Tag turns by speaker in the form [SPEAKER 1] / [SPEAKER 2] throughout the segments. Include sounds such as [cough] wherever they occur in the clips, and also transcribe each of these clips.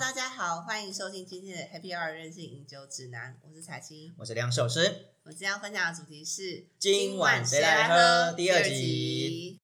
[SPEAKER 1] 大家好，欢迎收听今天的 Happy Hour 任性饮酒指南，我是彩青。
[SPEAKER 2] 我是梁首诗。
[SPEAKER 1] 我今天要分享的主题是
[SPEAKER 2] 今晚谁来喝第二集。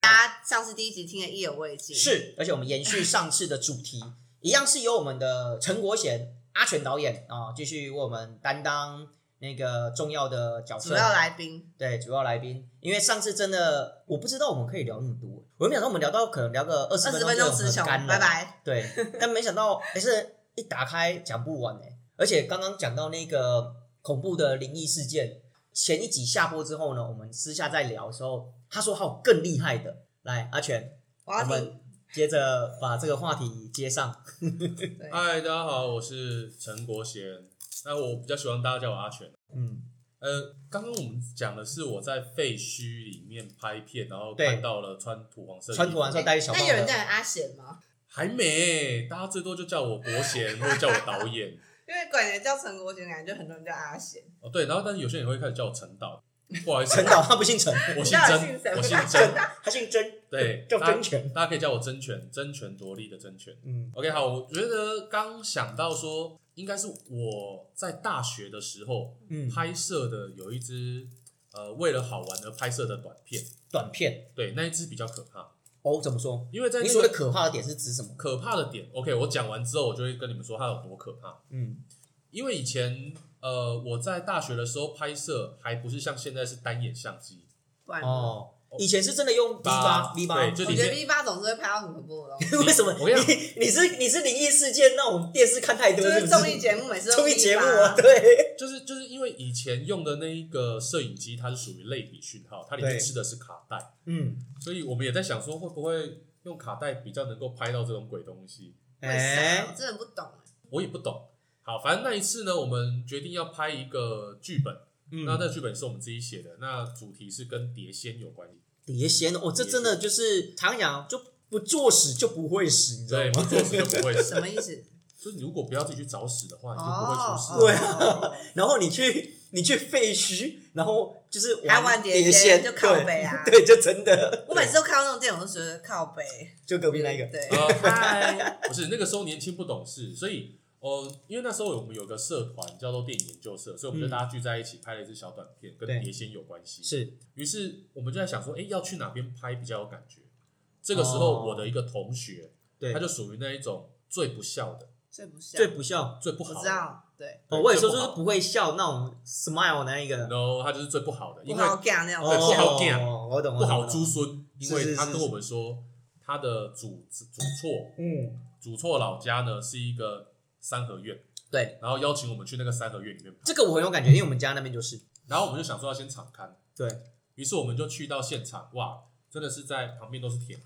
[SPEAKER 1] 大家上次第一集听得意犹未尽，
[SPEAKER 2] 是，而且我们延续上次的主题，一样是由我们的陈国贤阿全导演啊、继续为我们担当那个重要的角色，
[SPEAKER 1] 主要来宾，
[SPEAKER 2] 对主要来宾。因为上次真的我不知道我们可以聊那么多，欸我没想到我们聊到可能聊个二十
[SPEAKER 1] 二十分
[SPEAKER 2] 就
[SPEAKER 1] 钟词
[SPEAKER 2] 很
[SPEAKER 1] 穷，
[SPEAKER 2] 干了，
[SPEAKER 1] 拜。拜。
[SPEAKER 2] 对，但没想到还是一打开讲不完哎、而且刚刚讲到那个恐怖的灵异事件，前一集下播之后呢，我们私下在聊的时候，他说还有更厉害的，来阿全，
[SPEAKER 1] 我
[SPEAKER 2] 我
[SPEAKER 1] 要听
[SPEAKER 2] 们接着把这个话题接上。
[SPEAKER 1] 对
[SPEAKER 2] 啊
[SPEAKER 3] 嗨，大家好，我是陈国贤。那我比较喜欢大家叫我阿全。
[SPEAKER 2] 嗯，
[SPEAKER 3] 呃，刚刚我们讲的是我在废墟里面拍片，然后
[SPEAKER 2] 对
[SPEAKER 3] 看到了穿土黄色的衣服，
[SPEAKER 2] 穿土完之后带去小
[SPEAKER 1] 那
[SPEAKER 2] 报
[SPEAKER 1] 有人叫
[SPEAKER 2] 的
[SPEAKER 1] 你阿贤吗？
[SPEAKER 3] 还没，大家最多就叫我国贤，或者叫我导演。 [laughs]
[SPEAKER 1] 因为管人叫陈国贤，感觉就很多人叫阿贤。
[SPEAKER 3] 哦，对，然后但是有些人会开始叫我陈导，不好意
[SPEAKER 2] [laughs]
[SPEAKER 3] 思，
[SPEAKER 2] 陈导，他不姓 [laughs] 陈，
[SPEAKER 3] 我姓
[SPEAKER 1] 你到底姓
[SPEAKER 3] 甄，
[SPEAKER 1] 什么
[SPEAKER 3] 我姓甄，
[SPEAKER 2] [laughs] 他姓甄，
[SPEAKER 3] 对，
[SPEAKER 2] 叫
[SPEAKER 3] 大
[SPEAKER 2] 甄全。
[SPEAKER 3] 大家可以叫我甄权，甄权夺利的甄权。
[SPEAKER 2] 嗯
[SPEAKER 3] OK，好，我觉得刚想到说，应该是我在大学的时候，
[SPEAKER 2] 嗯，
[SPEAKER 3] 拍摄的有一支呃为了好玩而拍摄的短片，
[SPEAKER 2] 短片
[SPEAKER 3] 对，那一支比较可怕，
[SPEAKER 2] 哦，怎么说？
[SPEAKER 3] 因为在
[SPEAKER 2] 你
[SPEAKER 3] 那
[SPEAKER 2] 说的
[SPEAKER 3] 个
[SPEAKER 2] 可怕的点是指什么？
[SPEAKER 3] 可怕的点，OK，我讲完之后我就会跟你们说它有多可怕，
[SPEAKER 2] 嗯，
[SPEAKER 3] 因为以前呃我在大学的时候拍摄还不是像现在是单眼相机，
[SPEAKER 1] 不然呢，
[SPEAKER 2] 哦，以前是真的用 V 八
[SPEAKER 3] 八
[SPEAKER 2] V 八哦
[SPEAKER 3] 对，就
[SPEAKER 1] 我
[SPEAKER 3] 里
[SPEAKER 1] 觉得
[SPEAKER 3] 面
[SPEAKER 1] V 八总是会拍到很恐怖的东
[SPEAKER 3] [laughs]
[SPEAKER 1] 西，
[SPEAKER 2] [laughs] 为什么？
[SPEAKER 3] 我跟你
[SPEAKER 2] 你你是你是灵异事件那种电视看太多，
[SPEAKER 1] 就是是
[SPEAKER 2] 不
[SPEAKER 1] 综艺
[SPEAKER 2] 是？
[SPEAKER 1] 节目每次都
[SPEAKER 2] 综艺节目啊， [laughs]
[SPEAKER 1] V8
[SPEAKER 2] 对，
[SPEAKER 3] 就是就是因为以前用的那一个摄影机它是属于类比讯号，它里
[SPEAKER 2] 对
[SPEAKER 3] 面吃的是卡带，
[SPEAKER 2] 嗯，
[SPEAKER 3] 所以我们也在想说会不会用卡带比较能够拍到这种鬼东西。
[SPEAKER 1] 为啥？
[SPEAKER 2] 哎
[SPEAKER 1] 我，真的不懂。
[SPEAKER 3] 我也不懂。好，反正那一次呢，我们决定要拍一个剧本，
[SPEAKER 2] 嗯
[SPEAKER 3] 那那剧本是我们自己写的，那主题是跟碟仙有关系。
[SPEAKER 2] 碟仙哦，这真的就是常讲，就不作死就不会死，你知
[SPEAKER 3] 对，
[SPEAKER 2] 道
[SPEAKER 3] 不
[SPEAKER 2] 吗？
[SPEAKER 3] 做事就不会死 [laughs]
[SPEAKER 1] 什。么意思？
[SPEAKER 3] 就是你如果不要自己去找死的话，你就不会出
[SPEAKER 1] 哦，
[SPEAKER 3] 事。
[SPEAKER 2] 对
[SPEAKER 1] 啊，
[SPEAKER 2] 然后你去你去废墟，然后就是
[SPEAKER 3] 啊
[SPEAKER 1] [laughs] 还玩碟
[SPEAKER 2] 碟
[SPEAKER 1] 仙
[SPEAKER 2] 仙
[SPEAKER 1] 就靠北啊
[SPEAKER 2] 对，对就真的
[SPEAKER 1] 我每次都看到那种电影，我都觉得靠背。
[SPEAKER 2] 就隔壁那个，
[SPEAKER 1] 对，
[SPEAKER 3] 啊嗨，不是那个时候年轻不懂事，所以呃，因为那时候我们有个社团叫做电影研究社，所以我们
[SPEAKER 2] 嗯
[SPEAKER 3] 就大家聚在一起拍了一支小短片，跟
[SPEAKER 2] 对
[SPEAKER 3] 碟仙有关系。
[SPEAKER 2] 是
[SPEAKER 3] 于是我们就在想说，哎、要去哪边拍比较有感觉？这个时候，
[SPEAKER 2] 哦
[SPEAKER 3] 我的一个同学，
[SPEAKER 2] 对
[SPEAKER 3] 他就属于那一种最不孝的、
[SPEAKER 1] 最不像
[SPEAKER 2] 最，不笑。
[SPEAKER 3] 最不
[SPEAKER 1] 我
[SPEAKER 3] 好
[SPEAKER 1] 知
[SPEAKER 3] 的。
[SPEAKER 1] 道，对，
[SPEAKER 2] 哦，
[SPEAKER 3] 对
[SPEAKER 2] 我有时候就
[SPEAKER 3] 最不
[SPEAKER 2] 是
[SPEAKER 3] 好
[SPEAKER 2] 不会笑那种 smile 那一个，
[SPEAKER 3] no，他就是最不好的，
[SPEAKER 1] 不
[SPEAKER 3] 因为
[SPEAKER 1] 好干那种
[SPEAKER 3] 对不
[SPEAKER 1] 东西。
[SPEAKER 3] 好讲
[SPEAKER 2] 哦，我懂，
[SPEAKER 3] 不好
[SPEAKER 2] 我懂
[SPEAKER 3] 诛，孙，因
[SPEAKER 2] 是
[SPEAKER 3] 为
[SPEAKER 2] 是
[SPEAKER 3] 他
[SPEAKER 2] 是
[SPEAKER 3] 跟
[SPEAKER 2] 是
[SPEAKER 3] 我们说他的祖祖厝
[SPEAKER 2] 嗯，
[SPEAKER 3] 祖厝老家呢是一个三合院，
[SPEAKER 2] 对，
[SPEAKER 3] 然后邀请我们去那个三合院里面拍，
[SPEAKER 2] 这个我很有感觉，因为我们家那边就是，
[SPEAKER 3] 然后我们就想说要先场刊，
[SPEAKER 2] 对，
[SPEAKER 3] 于是我们就去到现场，哇，真的是在旁边都是田，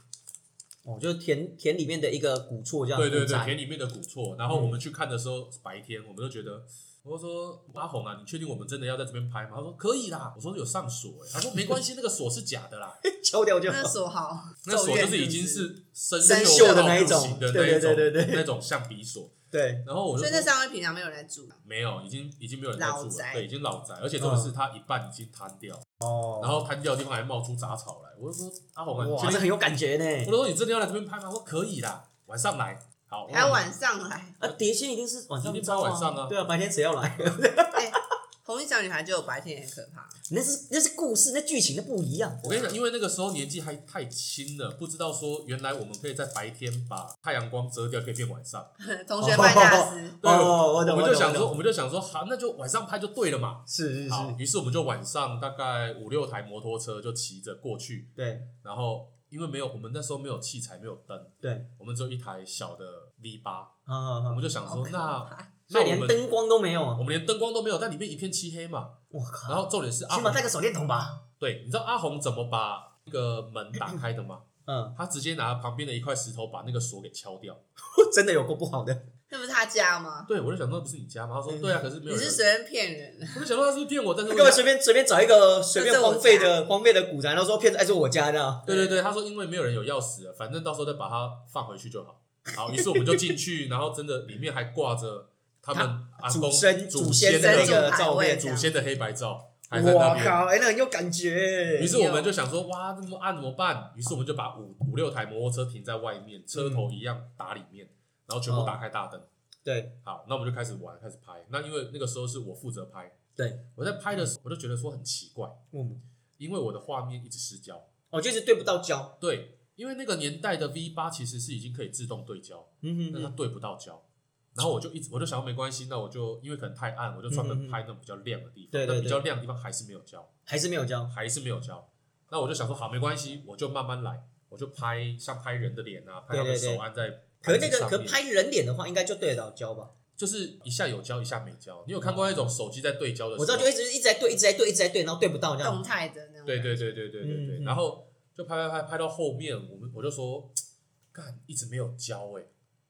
[SPEAKER 2] 哦，就是田田里面的一个古厝这样，
[SPEAKER 3] 对对
[SPEAKER 2] 古宅
[SPEAKER 3] 对，田里面的古厝，然后我们去看的时候是白天，我们就觉得。哦我就说阿红啊，你确定我们真的要在这边拍吗？他说可以啦。我说有上锁哎、他说没关系，那个锁是假的啦。
[SPEAKER 2] 敲掉就好
[SPEAKER 1] 那。锁好，
[SPEAKER 3] 那锁就是已经
[SPEAKER 1] 咒
[SPEAKER 3] 是生
[SPEAKER 2] 生
[SPEAKER 3] 锈
[SPEAKER 2] 锈的那
[SPEAKER 3] 那
[SPEAKER 2] 一种
[SPEAKER 3] 的
[SPEAKER 2] 对
[SPEAKER 3] 那
[SPEAKER 2] 对
[SPEAKER 3] 一种，
[SPEAKER 2] 对对对
[SPEAKER 3] 那种橡皮锁。
[SPEAKER 2] 对，
[SPEAKER 3] 然后我
[SPEAKER 1] 怨
[SPEAKER 3] 就哦
[SPEAKER 1] 所以那
[SPEAKER 3] 说
[SPEAKER 1] 三位平常没有人在住，
[SPEAKER 3] 没有，已经已经没有人在住
[SPEAKER 1] 老宅嗯
[SPEAKER 3] 了，对，已经老宅，而且重点是它一半已经瘫掉，
[SPEAKER 2] 哦，
[SPEAKER 3] 然后瘫掉的地方还冒出杂草来。我就说阿红啊，你
[SPEAKER 2] 哇，
[SPEAKER 3] 确
[SPEAKER 2] 这
[SPEAKER 3] 定？
[SPEAKER 2] 很有感觉呢
[SPEAKER 3] 我。就说你真的要来这边拍吗？他说可以啦，晚上来。好，嗯
[SPEAKER 1] 还要
[SPEAKER 3] 我
[SPEAKER 1] 晚上来。
[SPEAKER 2] 啊，碟仙一定是晚上，
[SPEAKER 3] 一定包晚上啊
[SPEAKER 2] 对啊，白天谁要来？ [laughs]
[SPEAKER 1] 哎，红衣小女孩就有白天也很可怕， [laughs]
[SPEAKER 2] 那是那是故事，那剧情那不一样。
[SPEAKER 3] 我跟你讲，因为那个时候年纪还太轻了，不知道说原来我们可以在白天把太阳光遮掉，可以变晚上。
[SPEAKER 1] 同
[SPEAKER 3] 哦
[SPEAKER 1] 学麦大师，
[SPEAKER 3] 对
[SPEAKER 2] 哦，我
[SPEAKER 3] 我
[SPEAKER 2] 懂，
[SPEAKER 3] 们
[SPEAKER 2] 我
[SPEAKER 3] 就
[SPEAKER 2] 懂
[SPEAKER 3] 想
[SPEAKER 2] 我
[SPEAKER 3] 说，
[SPEAKER 2] 懂
[SPEAKER 3] 我们就想说，好，那就晚上拍就对了嘛。
[SPEAKER 2] 是是
[SPEAKER 3] 好
[SPEAKER 2] 是，，
[SPEAKER 3] 于是我们就晚上大概五六台摩托车就骑着过去，
[SPEAKER 2] 对
[SPEAKER 3] 然后因为没有我们那时候没有器材，没有灯，
[SPEAKER 2] 对，
[SPEAKER 3] 我们只有一台小的 V 八，
[SPEAKER 2] 好好
[SPEAKER 3] 我
[SPEAKER 2] 好
[SPEAKER 3] 们，就想
[SPEAKER 1] 好
[SPEAKER 3] 说
[SPEAKER 1] 可
[SPEAKER 3] 那
[SPEAKER 1] 怕
[SPEAKER 2] 所
[SPEAKER 3] 那
[SPEAKER 2] 以
[SPEAKER 3] 我
[SPEAKER 2] 连
[SPEAKER 3] 们
[SPEAKER 2] 灯光都没有啊
[SPEAKER 3] 我！们连灯光都没有，但里面一片漆黑嘛。
[SPEAKER 2] 我靠，
[SPEAKER 3] 然后啊重点是阿
[SPEAKER 2] 起码
[SPEAKER 3] 红，
[SPEAKER 2] 带个手电筒吧。
[SPEAKER 3] 对，你知道阿红怎么把那个门打开的吗？
[SPEAKER 2] 嗯，
[SPEAKER 3] 他直接拿旁边的一块石头把那个锁给敲掉。
[SPEAKER 2] [laughs] 真的有过不好的，
[SPEAKER 1] 那不是他家吗？
[SPEAKER 3] 对，我就想说不是你家吗？他说
[SPEAKER 2] 嗯
[SPEAKER 3] 对啊，可是没
[SPEAKER 1] 你
[SPEAKER 3] 有人
[SPEAKER 1] 是。随便骗人，
[SPEAKER 3] 我就想说他是不是骗我，但是
[SPEAKER 2] 干
[SPEAKER 3] 我
[SPEAKER 2] 嘛随便随便找一个随便
[SPEAKER 1] 这是我
[SPEAKER 2] 荒废的荒废的古宅，然后说骗子哎，这是我家这样。
[SPEAKER 3] 对对对，他说因为没有人有钥匙了，反正到时候再把它放回去就好。好，于是我们就进去，然后真的里面还挂着他们阿公
[SPEAKER 2] 祖先
[SPEAKER 3] 祖
[SPEAKER 2] 先的
[SPEAKER 3] 的
[SPEAKER 2] 那个照
[SPEAKER 1] 对
[SPEAKER 2] 片
[SPEAKER 1] 祖，
[SPEAKER 3] 祖先的黑白照还在那
[SPEAKER 2] 哇
[SPEAKER 3] 边。
[SPEAKER 2] 靠，哎、那很有感觉。
[SPEAKER 3] 于是我们就想说，哇，那么暗啊怎么办？于是我们就把五五六台摩托车停在外面，车
[SPEAKER 2] 嗯
[SPEAKER 3] 头一样打里面，然后全部打开大灯。
[SPEAKER 2] 哦对
[SPEAKER 3] 好，那我们就开始玩，开始拍。那因为那个时候是我负责拍，
[SPEAKER 2] 对，
[SPEAKER 3] 我在拍的时候我就觉得说很奇怪，
[SPEAKER 2] 嗯，
[SPEAKER 3] 因为我的画面一直失焦。
[SPEAKER 2] 哦，就是对不到焦，
[SPEAKER 3] 对，因为那个年代的 V 八其实是已经可以自动对焦，
[SPEAKER 2] 嗯
[SPEAKER 3] 但它
[SPEAKER 2] 哼，
[SPEAKER 3] 对啊不到焦。然后我就一直我就想没关系，那我就因为可能太暗，我就专门拍那种比较亮的地
[SPEAKER 2] 嗯
[SPEAKER 3] 方。
[SPEAKER 2] 对对对
[SPEAKER 3] 那比较亮的地方还是没有焦，
[SPEAKER 2] 还是没有焦，
[SPEAKER 3] 还是没有焦。那我就想说，好，没关系，我就慢慢来，我就拍像拍人的脸啊，拍他们
[SPEAKER 2] 对对对
[SPEAKER 3] 手按在
[SPEAKER 2] 可是
[SPEAKER 3] 盘子
[SPEAKER 2] 那
[SPEAKER 3] 上面。
[SPEAKER 2] 个，可拍人脸的话，应该就对得到焦吧？
[SPEAKER 3] 就是一下有焦，一下没焦。你有看过那种手机在对焦的时候？
[SPEAKER 2] 我知道，就一直一直在对，一直在对，一直在对，然后对不到这
[SPEAKER 1] 动
[SPEAKER 2] 样。
[SPEAKER 1] 态的那种。
[SPEAKER 3] 对对对对对对对。
[SPEAKER 2] 嗯嗯
[SPEAKER 3] 然后就拍拍拍拍到后面，我们我就说，干一直没有交哎、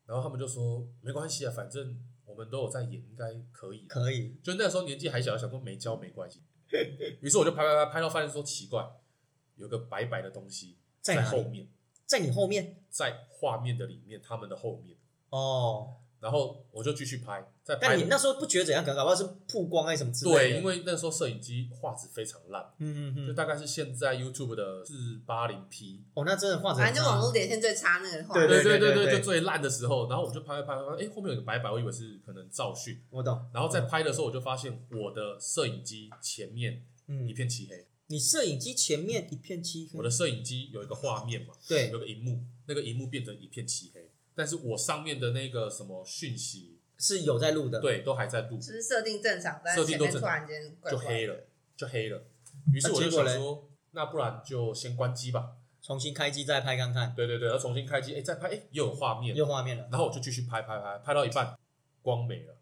[SPEAKER 3] 然后他们就说没关系啊，反正我们都有在演，应该可以。
[SPEAKER 2] 可以，
[SPEAKER 3] 就那时候年纪还小，想说没交没
[SPEAKER 2] [laughs]
[SPEAKER 3] 关系。于是我就拍拍拍拍到发现说奇怪，有个白白的东西
[SPEAKER 2] 在
[SPEAKER 3] 在
[SPEAKER 2] 哪里
[SPEAKER 3] 后面，
[SPEAKER 2] 在你后面
[SPEAKER 3] 在画面的里面，他们的后面。
[SPEAKER 2] 哦。
[SPEAKER 3] 然后我就继续拍，在拍
[SPEAKER 2] 但你那时候不觉得怎样，搞搞不好是曝光还是什么之类的。
[SPEAKER 3] 对，因为那时候摄影机画质非常烂，
[SPEAKER 2] 嗯嗯
[SPEAKER 3] 就
[SPEAKER 2] 嗯，
[SPEAKER 3] 大概是现在 YouTube 的四八零 P
[SPEAKER 2] 哦，那真的画质很
[SPEAKER 1] 反
[SPEAKER 2] 差。
[SPEAKER 1] 正就网络连线最差那个话，
[SPEAKER 2] 对
[SPEAKER 3] 对
[SPEAKER 2] 对
[SPEAKER 3] 对
[SPEAKER 2] 对对
[SPEAKER 3] 就最烂的时候，然后我就拍拍拍拍，哎，后面有个白白，我以为是可能照训，
[SPEAKER 2] 我懂。
[SPEAKER 3] 然后在拍的时候，我就发现我的摄影机前面
[SPEAKER 2] 嗯
[SPEAKER 3] 一，片漆黑，
[SPEAKER 2] 你摄影机前面一片漆黑
[SPEAKER 3] 我。的摄影机有一个画面嘛，
[SPEAKER 2] 对
[SPEAKER 3] 有个荧幕，那个荧幕变成一片漆黑，但是我上面的那个什么讯息，
[SPEAKER 2] 是有在录的。，
[SPEAKER 3] 对，都还在录，
[SPEAKER 1] 就是设定正常，但是前面突然间怪
[SPEAKER 3] 就
[SPEAKER 1] 怪的
[SPEAKER 3] 黑。了，就黑了，于是我就
[SPEAKER 2] 那结果
[SPEAKER 3] 想
[SPEAKER 2] 嘞
[SPEAKER 3] 说，那不然就先关机吧，
[SPEAKER 2] 重新开机再拍看看，
[SPEAKER 3] 对对对，要重新开机，哎，再拍，哎，又有画面，
[SPEAKER 2] 有画面了。
[SPEAKER 3] 然后我就继续拍拍拍，拍到一半，光没了，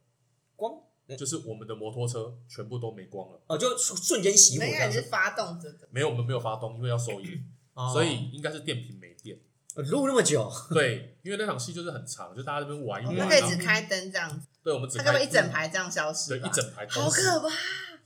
[SPEAKER 2] 光
[SPEAKER 3] 就是我们的摩托车全部都没光了。
[SPEAKER 2] 哦，就瞬瞬间熄火
[SPEAKER 1] 那
[SPEAKER 2] 这
[SPEAKER 1] 应该
[SPEAKER 2] 样
[SPEAKER 1] 也是
[SPEAKER 2] 子。
[SPEAKER 1] 发动着的，
[SPEAKER 3] 没有，我们没有发动，因为要
[SPEAKER 1] [clears throat]
[SPEAKER 3] 收音，
[SPEAKER 2] 哦
[SPEAKER 3] 所以应该是电瓶没电。
[SPEAKER 2] 呃录那么久，
[SPEAKER 3] 对，因为那场戏就是很长，就大家这边玩一
[SPEAKER 1] 我
[SPEAKER 3] 玩，
[SPEAKER 1] 们哦
[SPEAKER 3] 然
[SPEAKER 1] 可以
[SPEAKER 3] 后
[SPEAKER 1] 只开灯这样子，
[SPEAKER 3] 对，我们只
[SPEAKER 1] 它
[SPEAKER 3] 开嗯
[SPEAKER 1] 可不可以一整，排这样消
[SPEAKER 3] 对，
[SPEAKER 1] 失吧？
[SPEAKER 3] 一整排
[SPEAKER 1] 好
[SPEAKER 3] 同时
[SPEAKER 1] 可怕！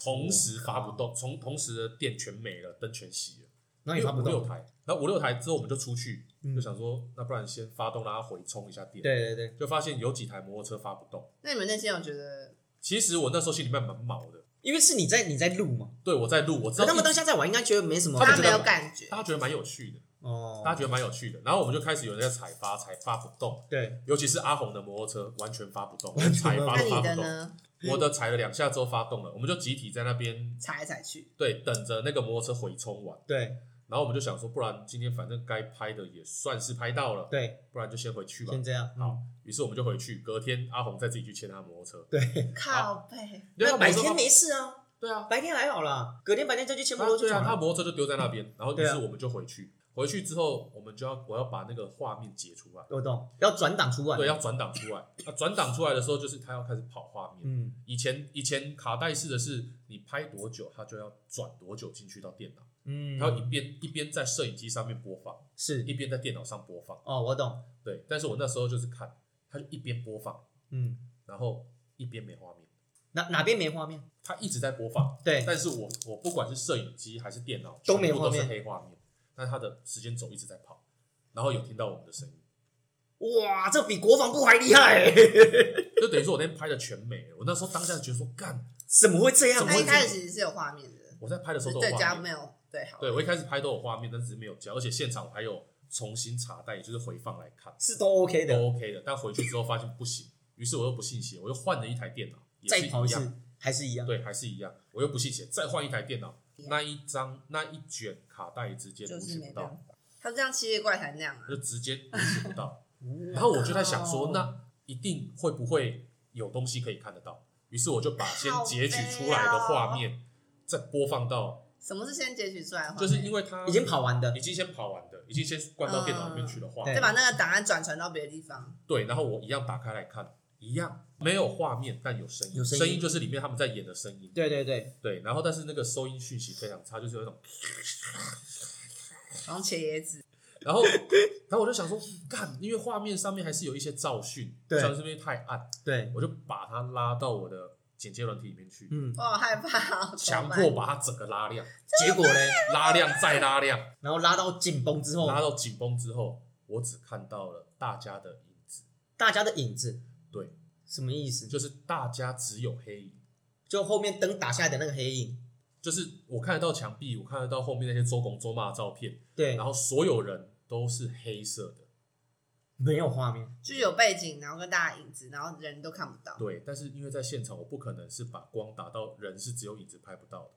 [SPEAKER 3] 同时发不动，从同时的电全没了，灯全熄了，
[SPEAKER 2] 然后也发不
[SPEAKER 3] 因为五
[SPEAKER 2] 动
[SPEAKER 3] 六。台，然后五六台之后我们就出去，
[SPEAKER 2] 嗯
[SPEAKER 3] 就想说那不然先发动让它回充一下电，
[SPEAKER 2] 对对对，
[SPEAKER 3] 就发现有几台摩托车发不动。
[SPEAKER 1] 那你们内心有觉得
[SPEAKER 3] 其实我那时候心里面蛮毛的，
[SPEAKER 2] 因为是你在你在录嘛，
[SPEAKER 3] 对我在录，我知
[SPEAKER 2] 可
[SPEAKER 3] 道
[SPEAKER 2] 他们
[SPEAKER 3] 一
[SPEAKER 2] 当下在玩，应该觉得没什么。
[SPEAKER 3] 他们
[SPEAKER 1] 他
[SPEAKER 3] 觉
[SPEAKER 1] 没
[SPEAKER 3] 得
[SPEAKER 1] 有感觉？
[SPEAKER 3] 大家觉得蛮有趣的，
[SPEAKER 2] 哦，
[SPEAKER 3] 大家觉得蛮有趣的。然后我们就开始有人在踩发，踩发不动，
[SPEAKER 2] 对，
[SPEAKER 3] 尤其是阿红的摩托车完全发不动，
[SPEAKER 2] 完全
[SPEAKER 3] 踩
[SPEAKER 2] 没有
[SPEAKER 3] 发
[SPEAKER 1] 那
[SPEAKER 3] 都发
[SPEAKER 1] 你
[SPEAKER 3] 不
[SPEAKER 1] 的
[SPEAKER 3] 动。
[SPEAKER 1] 呢？
[SPEAKER 3] 我的踩了两下之后发动了，我们就集体在那边
[SPEAKER 1] 踩来踩去，
[SPEAKER 3] 对等着那个摩托车回冲完。
[SPEAKER 2] 对
[SPEAKER 3] 然后我们就想说，不然今天反正该拍的也算是拍到了，
[SPEAKER 2] 对，
[SPEAKER 3] 不然就先回去吧。
[SPEAKER 2] 先这样。嗯
[SPEAKER 3] 好，于是我们就回去，隔天阿红再自己去牵他摩托车。
[SPEAKER 2] 对，
[SPEAKER 1] 靠背。
[SPEAKER 3] 因为
[SPEAKER 2] 那
[SPEAKER 3] 他
[SPEAKER 2] 白
[SPEAKER 3] 摩托车
[SPEAKER 2] 天没事啊，
[SPEAKER 3] 对啊，
[SPEAKER 2] 白天还好啦，隔天白天再去签摩
[SPEAKER 3] 他
[SPEAKER 2] 托就
[SPEAKER 3] 对
[SPEAKER 2] 好
[SPEAKER 3] 啊，他
[SPEAKER 2] 了。
[SPEAKER 3] 摩托车就丢在那边，然后于
[SPEAKER 2] 对啊
[SPEAKER 3] 是我们就回去。回去之后，我们就要我要把那个画面截出来。
[SPEAKER 2] 我懂，要转档出来。
[SPEAKER 3] 对，要转档出来。那转档出来的时候，就是它要开始跑画面。
[SPEAKER 2] 嗯
[SPEAKER 3] 以前以前卡带式的是，你拍多久，它就要转多久进去到电脑，
[SPEAKER 2] 嗯，
[SPEAKER 3] 它要一边一边在摄影机上面播放，
[SPEAKER 2] 是
[SPEAKER 3] 一边在电脑上播放。
[SPEAKER 2] 哦，我懂，
[SPEAKER 3] 对，但是我那时候就是看，它就一边播放，
[SPEAKER 2] 嗯，
[SPEAKER 3] 然后一边没画面，
[SPEAKER 2] 哪哪边没画面？
[SPEAKER 3] 它一直在播放。
[SPEAKER 2] 对，
[SPEAKER 3] 但是我我不管是摄影机还是电脑，
[SPEAKER 2] 都没
[SPEAKER 3] 全部
[SPEAKER 2] 画
[SPEAKER 3] 都
[SPEAKER 2] 面
[SPEAKER 3] 是黑画面，但它的时间轴一直在跑，然后有听到我们的声音，
[SPEAKER 2] 哇，这比国防部还厉害、 [laughs]
[SPEAKER 3] 就等于说我那天拍的全没了。我那时候当下就觉得说，干，
[SPEAKER 2] 怎么会这样？哎
[SPEAKER 3] 怎么
[SPEAKER 1] 他
[SPEAKER 3] 会
[SPEAKER 1] 一开
[SPEAKER 3] 这样
[SPEAKER 1] 始其实是有画面的，
[SPEAKER 3] 我在拍的时
[SPEAKER 1] 只是
[SPEAKER 3] 候都
[SPEAKER 1] 对
[SPEAKER 3] 有画
[SPEAKER 1] 焦
[SPEAKER 3] 面
[SPEAKER 1] 没。有对好。
[SPEAKER 3] 对，我一开始拍都有画面，但只是没有交，而且现场我还有重新查带，也就是回放来看，
[SPEAKER 2] 是都 OK 的，
[SPEAKER 3] 都 OK 的。但回去之后发现不行，于是我又不信邪，我又换了一台电脑，也是
[SPEAKER 2] 再跑一
[SPEAKER 3] 一样，
[SPEAKER 2] 次还是一样。
[SPEAKER 3] 对，还是一样，我又不信邪，再换一台电脑，那一张那一卷卡带直接读
[SPEAKER 1] 就
[SPEAKER 3] 取
[SPEAKER 1] 是
[SPEAKER 3] 不
[SPEAKER 1] 没办
[SPEAKER 3] 到，
[SPEAKER 1] 法。他就像《七夜怪谈》那样啊，
[SPEAKER 3] 就直接读取不到。然后我就在想
[SPEAKER 1] 哦
[SPEAKER 3] 说，那一定会不会有东西可以看得到？于是我就把先
[SPEAKER 1] 好
[SPEAKER 3] 截取出
[SPEAKER 1] 悲
[SPEAKER 3] 来的
[SPEAKER 1] 哦
[SPEAKER 3] 画面再播放到，
[SPEAKER 1] 什么是先截取出来的画面？
[SPEAKER 3] 就是因为它
[SPEAKER 2] 已经跑完的
[SPEAKER 3] 已经先跑完的，已经先关到电脑里面去的画面
[SPEAKER 2] 嗯
[SPEAKER 1] 再把那个档案转传到别的地方。
[SPEAKER 3] 对，然后我一样打开来看，一样没有画面，但有声音，
[SPEAKER 2] 有声音
[SPEAKER 3] 就是里面他们在演的声音。
[SPEAKER 2] 对对对，
[SPEAKER 3] 对，然后但是那个收音讯息非常差，就是有一种，
[SPEAKER 1] 然后切椰子，
[SPEAKER 2] [laughs]
[SPEAKER 3] 然后然后我就想说，干，因为画面上面还是有一些噪讯，
[SPEAKER 2] 对
[SPEAKER 3] 像是不是太暗，
[SPEAKER 2] 对，
[SPEAKER 3] 我就把它拉到我的剪接软体里面去，
[SPEAKER 2] 嗯
[SPEAKER 1] 我，好害怕哦，怎
[SPEAKER 3] 强
[SPEAKER 1] 么办
[SPEAKER 3] 迫把它整个拉亮，
[SPEAKER 2] 结果嘞，
[SPEAKER 3] 拉亮再拉亮，
[SPEAKER 2] 然后拉到紧绷之后
[SPEAKER 3] 拉，到紧绷之后，我只看到了大家的影子，
[SPEAKER 2] 大家的影子，
[SPEAKER 3] 对，
[SPEAKER 2] 什么意思？就
[SPEAKER 3] 就是大家只有黑影，
[SPEAKER 2] 就后面灯打下来的那个黑影，
[SPEAKER 3] 就是我看得到墙壁，我看得到后面那些周公周妈的照片，
[SPEAKER 2] 对，
[SPEAKER 3] 然后所有人都是黑色的，
[SPEAKER 2] 没有画面，
[SPEAKER 1] 就有背景，然后跟大家影子，然后人都看不到。
[SPEAKER 3] 对。但是因为在现场，我不可能是把光打到人，是只有影子拍不到的。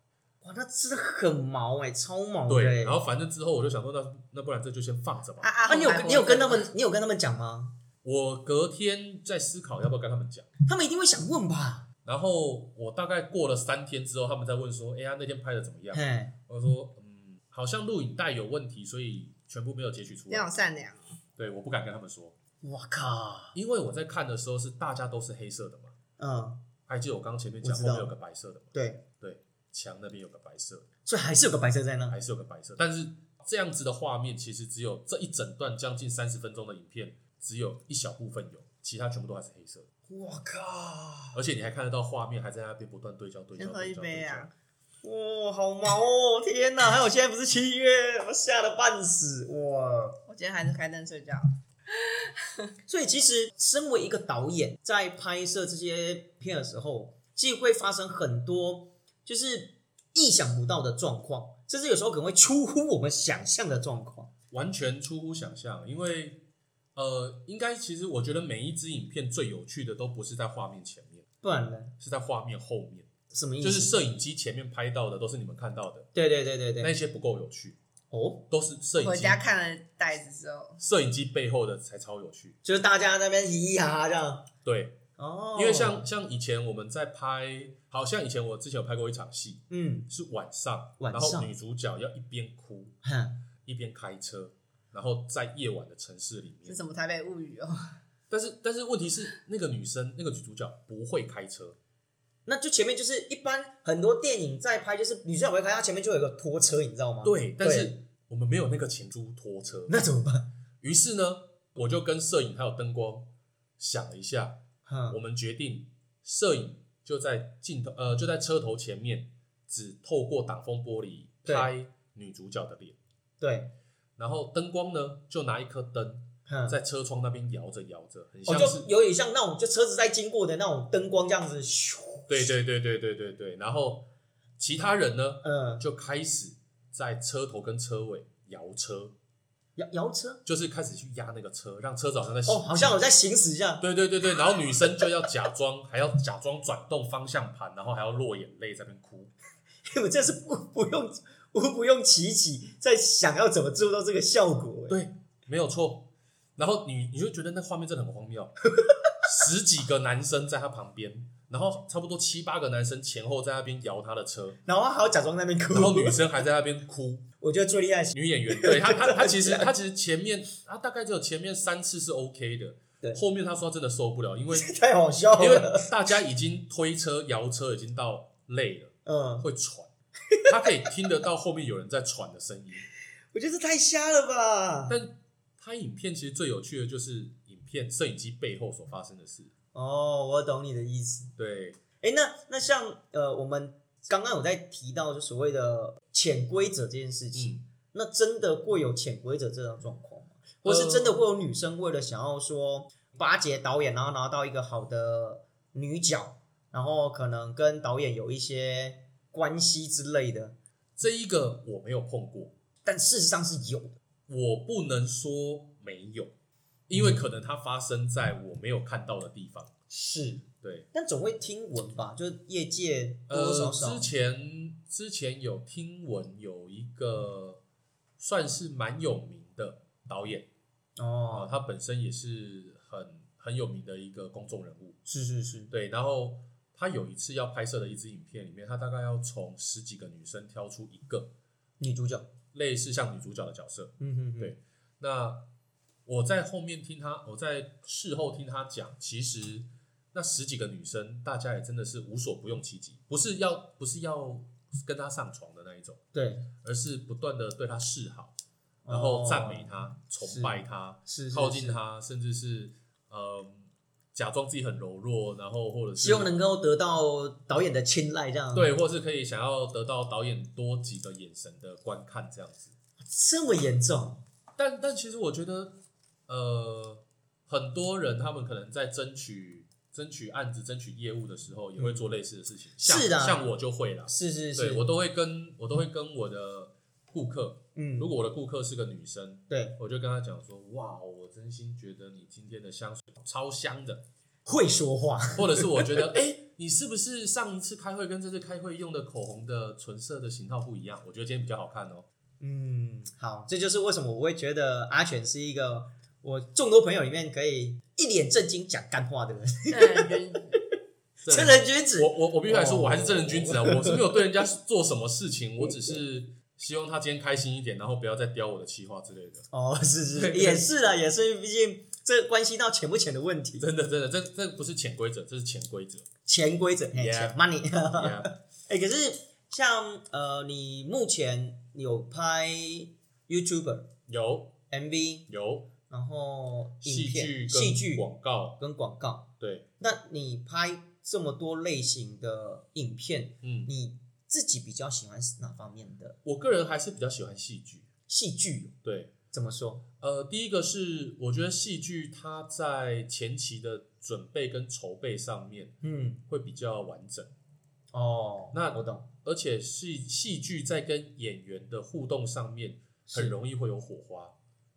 [SPEAKER 2] 哇，那真的很毛哎、超毛的、
[SPEAKER 3] 对，
[SPEAKER 2] 欸。
[SPEAKER 3] 然后反正之后我就想说，那那不然这就先放着吧。
[SPEAKER 1] 啊啊！
[SPEAKER 2] 啊，你有
[SPEAKER 1] 红白
[SPEAKER 2] 跟你有跟他
[SPEAKER 1] 红白
[SPEAKER 2] 们，你有跟他们讲吗？
[SPEAKER 3] 我隔天在思考要不要跟他们讲，
[SPEAKER 2] 他们一定会想问吧？
[SPEAKER 3] 然后我大概过了三天之后，他们再问说：“哎、呀，那天拍的怎么样
[SPEAKER 2] 哎，？”
[SPEAKER 3] 我说：“嗯，好像录影带有问题，所以全部没有截取出
[SPEAKER 1] 你好
[SPEAKER 3] 来。
[SPEAKER 1] 善良哦，”
[SPEAKER 3] 对，我不敢跟他们说，
[SPEAKER 2] 我靠，
[SPEAKER 3] 因为我在看的时候是大家都是黑色的嘛。
[SPEAKER 2] 嗯，
[SPEAKER 3] 还记得我刚前面讲
[SPEAKER 2] 我
[SPEAKER 3] 后
[SPEAKER 2] 知道
[SPEAKER 3] 面有个白色的嘛？
[SPEAKER 2] 对，
[SPEAKER 3] 对，墙那边有个白色，
[SPEAKER 2] 所以还是有个白色在那。
[SPEAKER 3] 还是有个白色，但是这样子的画面其实只有这一整段将近三十分钟的影片，只有一小部分有，其他全部都还是黑色的。
[SPEAKER 2] 我靠，
[SPEAKER 3] 而且你还看得到画面还在那边不断对焦对焦
[SPEAKER 1] 先喝
[SPEAKER 3] 对
[SPEAKER 1] 一
[SPEAKER 3] 焦
[SPEAKER 1] 杯
[SPEAKER 3] 对焦。
[SPEAKER 1] 啊！
[SPEAKER 2] 哇，好毛哦！天哪，还有现在不是七月，我吓得半死哇！
[SPEAKER 1] 我今天还是开灯睡觉。
[SPEAKER 2] 所以其实身为一个导演，在拍摄这些片的时候，其实会发生很多就是意想不到的状况，甚至有时候可能会出乎我们想象的状况。
[SPEAKER 3] 完全出乎想象，因为呃，应该其实我觉得每一支影片最有趣的都不是在画面前面，
[SPEAKER 2] 不然呢？
[SPEAKER 3] 是在画面后面，
[SPEAKER 2] 什
[SPEAKER 1] 嗯
[SPEAKER 2] 么意思？
[SPEAKER 3] 就是摄影机前面拍到的都是你们看到的，
[SPEAKER 2] 对对对对
[SPEAKER 3] 那
[SPEAKER 2] 对。
[SPEAKER 3] 些不够有趣，
[SPEAKER 2] 哦，
[SPEAKER 3] 都是摄影
[SPEAKER 1] 回
[SPEAKER 3] 机
[SPEAKER 1] 家看了袋子之后，
[SPEAKER 3] 摄影机背后的才超有趣。
[SPEAKER 2] 就是大家那边咿呀哈这样。
[SPEAKER 3] 对，
[SPEAKER 2] 哦，
[SPEAKER 3] 因为像像以前我们在拍，好像以前我之前有拍过一场戏，
[SPEAKER 2] 嗯，
[SPEAKER 3] 是晚上，
[SPEAKER 2] 晚上
[SPEAKER 3] 然后女主角要一边哭
[SPEAKER 2] 哼，
[SPEAKER 3] 一边开车，然后在夜晚的城市里
[SPEAKER 1] 是
[SPEAKER 3] 面。
[SPEAKER 1] 什么台北物语哦？
[SPEAKER 3] 但是但是问题是，那个女生那个女主角不会开车，
[SPEAKER 2] 那就前面就是一般很多电影在拍，就是女主角会开，她前面就有一个拖车，你知道吗？
[SPEAKER 3] 对，但是我们没有那个情珠拖车。
[SPEAKER 2] 那怎么 [laughs] 办？
[SPEAKER 3] 于是呢，我就跟摄影还有灯光想了一下，我
[SPEAKER 2] 哼，
[SPEAKER 3] 们决定摄影就在镜头呃就在车头前面，只透过挡风玻璃
[SPEAKER 2] 对
[SPEAKER 3] 拍女主角的脸，
[SPEAKER 2] 对，
[SPEAKER 3] 然后灯光呢就拿一颗灯
[SPEAKER 2] 哼，
[SPEAKER 3] 在车窗那边摇着摇着，很
[SPEAKER 2] 哦，
[SPEAKER 3] 像。
[SPEAKER 2] 就是有点像那种就车子在经过的那种灯光这样子，咻，
[SPEAKER 3] 对对对对对对对，然后其他人呢
[SPEAKER 2] 嗯，
[SPEAKER 3] 就开始在车头跟车尾摇车，
[SPEAKER 2] 摇摇车，
[SPEAKER 3] 就是开始去压那个车，让车子好像在
[SPEAKER 2] 哦，好像我在行驶一样，
[SPEAKER 3] 对对对对，然后女生就要假装，还要假装转动方向盘，然后还要落眼泪在那边哭。
[SPEAKER 2] [laughs] 我这是不不用我不用琪琪在想要怎么做到这个效果，欸
[SPEAKER 3] 对，没有错。然后你你就觉得那画面真的很荒谬， [laughs] 十几个男生在她旁边，然后差不多七八个男生前后在那边摇她的车，
[SPEAKER 2] 然后他还要假装在那边哭
[SPEAKER 3] 然，后女生还在那边哭。
[SPEAKER 2] [laughs] 我觉得最厉害的是，
[SPEAKER 3] 女演员对她她她其实她其实前面她大概只有前面三次是 OK 的，
[SPEAKER 2] 对
[SPEAKER 3] 后面她说她真的受不了，因为
[SPEAKER 2] [laughs] 太好笑
[SPEAKER 3] 因为
[SPEAKER 2] 了，
[SPEAKER 3] 大家已经推车摇车已经到累了。
[SPEAKER 2] 嗯，
[SPEAKER 3] 会喘，他可以听得到后面有人在喘的声音。
[SPEAKER 2] 我觉得这太瞎了吧，
[SPEAKER 3] 但他影片其实最有趣的就是影片摄影机背后所发生的事。
[SPEAKER 2] 哦，我懂你的意思。
[SPEAKER 3] 对，
[SPEAKER 2] 哎，那那像呃，我们刚刚有在提到就所谓的潜规则这件事情，
[SPEAKER 3] 嗯，
[SPEAKER 2] 那真的会有潜规则这种状况吗？或
[SPEAKER 3] 呃
[SPEAKER 2] 是真的会有女生为了想要说巴结导演，然后拿到一个好的女角，然后可能跟导演有一些关系之类的，
[SPEAKER 3] 这一个我没有碰过，
[SPEAKER 2] 但事实上是有的。
[SPEAKER 3] 我不能说没有，
[SPEAKER 2] 嗯
[SPEAKER 3] 因为可能它发生在我没有看到的地方。
[SPEAKER 2] 是，
[SPEAKER 3] 对，
[SPEAKER 2] 但总会听闻吧，就是业界多多
[SPEAKER 3] 呃，
[SPEAKER 2] 哦少少，
[SPEAKER 3] 之前之前有听闻有一个算是蛮有名的导演啊，
[SPEAKER 2] 哦，
[SPEAKER 3] 他本身也是很很有名的一个公众人物。
[SPEAKER 2] 是是是，
[SPEAKER 3] 对，然后他有一次要拍摄的一支影片里面，他大概要从十几个女生挑出一个
[SPEAKER 2] 女主角，
[SPEAKER 3] 类似像女主角的角色。
[SPEAKER 2] 嗯哼哼，
[SPEAKER 3] 对那我在后面听他，我在事后听他讲，其实那十几个女生，大家也真的是无所不用其极，不是要不是要跟他上床的那一种，
[SPEAKER 2] 对，
[SPEAKER 3] 而是不断的对他示好，然后赞美
[SPEAKER 2] 哦，
[SPEAKER 3] 他、崇
[SPEAKER 2] 是
[SPEAKER 3] 拜他、
[SPEAKER 2] 是
[SPEAKER 3] 靠近，他，甚至是呃假装自己很柔弱，然后或者是
[SPEAKER 2] 是希望能够得到导演的青睐，这样，
[SPEAKER 3] 对，或是可以想要得到导演多几个眼神的观看这样子。
[SPEAKER 2] 这么严重，
[SPEAKER 3] 但但其实我觉得，呃，很多人他们可能在争取争取案子、争取业务的时候，也会做类似的事情。像
[SPEAKER 2] 嗯是的
[SPEAKER 3] 像我就会啦，
[SPEAKER 2] 是是
[SPEAKER 3] 对
[SPEAKER 2] 是，
[SPEAKER 3] 我都会跟我都会跟我的顾客，
[SPEAKER 2] 嗯，
[SPEAKER 3] 如果我的顾客是个女生，
[SPEAKER 2] 对
[SPEAKER 3] 我就跟她讲说，哇，我真心觉得你今天的香水超香的，
[SPEAKER 2] 会说
[SPEAKER 3] [laughs]
[SPEAKER 2] 话，
[SPEAKER 3] 或者是我觉得，哎、你是不是上一次开会跟这次开会用的口红的唇色的型号不一样？我觉得今天比较好看哦。
[SPEAKER 2] 嗯，好，这就是为什么我会觉得阿全是一个我众多朋友里面可以一脸正经讲干话的人，
[SPEAKER 1] [laughs] 对，
[SPEAKER 3] 对
[SPEAKER 2] 正人君子
[SPEAKER 3] 我。我我必须来说，
[SPEAKER 2] 哦
[SPEAKER 3] 我还是正人君子啊，我是没有对人家做什么事情，我只是希望他今天开心一点，然后不要再刁我的气话之类的。
[SPEAKER 2] 哦，是是，
[SPEAKER 3] 对
[SPEAKER 2] 也是啦，也是，毕竟这关系到钱不钱的问题，
[SPEAKER 3] 真的真的，这这不是潜规则，这是潜规则。
[SPEAKER 2] 钱规则，哎
[SPEAKER 3] Yeah
[SPEAKER 2] 钱 money，
[SPEAKER 3] Yeah，
[SPEAKER 2] [laughs] 哎，可是像呃，你目前有拍 YouTuber
[SPEAKER 3] 有
[SPEAKER 2] MV，
[SPEAKER 3] 有
[SPEAKER 2] 然后
[SPEAKER 3] 戏
[SPEAKER 2] 影
[SPEAKER 3] 剧
[SPEAKER 2] 片、
[SPEAKER 3] 跟
[SPEAKER 2] 戏剧
[SPEAKER 3] 广告，
[SPEAKER 2] 跟广告，
[SPEAKER 3] 对，
[SPEAKER 2] 那你拍这么多类型的影片，
[SPEAKER 3] 嗯，
[SPEAKER 2] 你自己比较喜欢哪方面的
[SPEAKER 3] 我个人还是比较喜欢戏剧。
[SPEAKER 2] 戏剧？
[SPEAKER 3] 对，
[SPEAKER 2] 怎么说？
[SPEAKER 3] 呃，第一个是我觉得戏剧它在前期的准备跟筹备上面
[SPEAKER 2] 嗯，
[SPEAKER 3] 会比较完整，
[SPEAKER 2] 哦，
[SPEAKER 3] 那
[SPEAKER 2] 我懂，
[SPEAKER 3] 而且戏戏剧在跟演员的互动上面
[SPEAKER 2] 是
[SPEAKER 3] 很容易会有火花，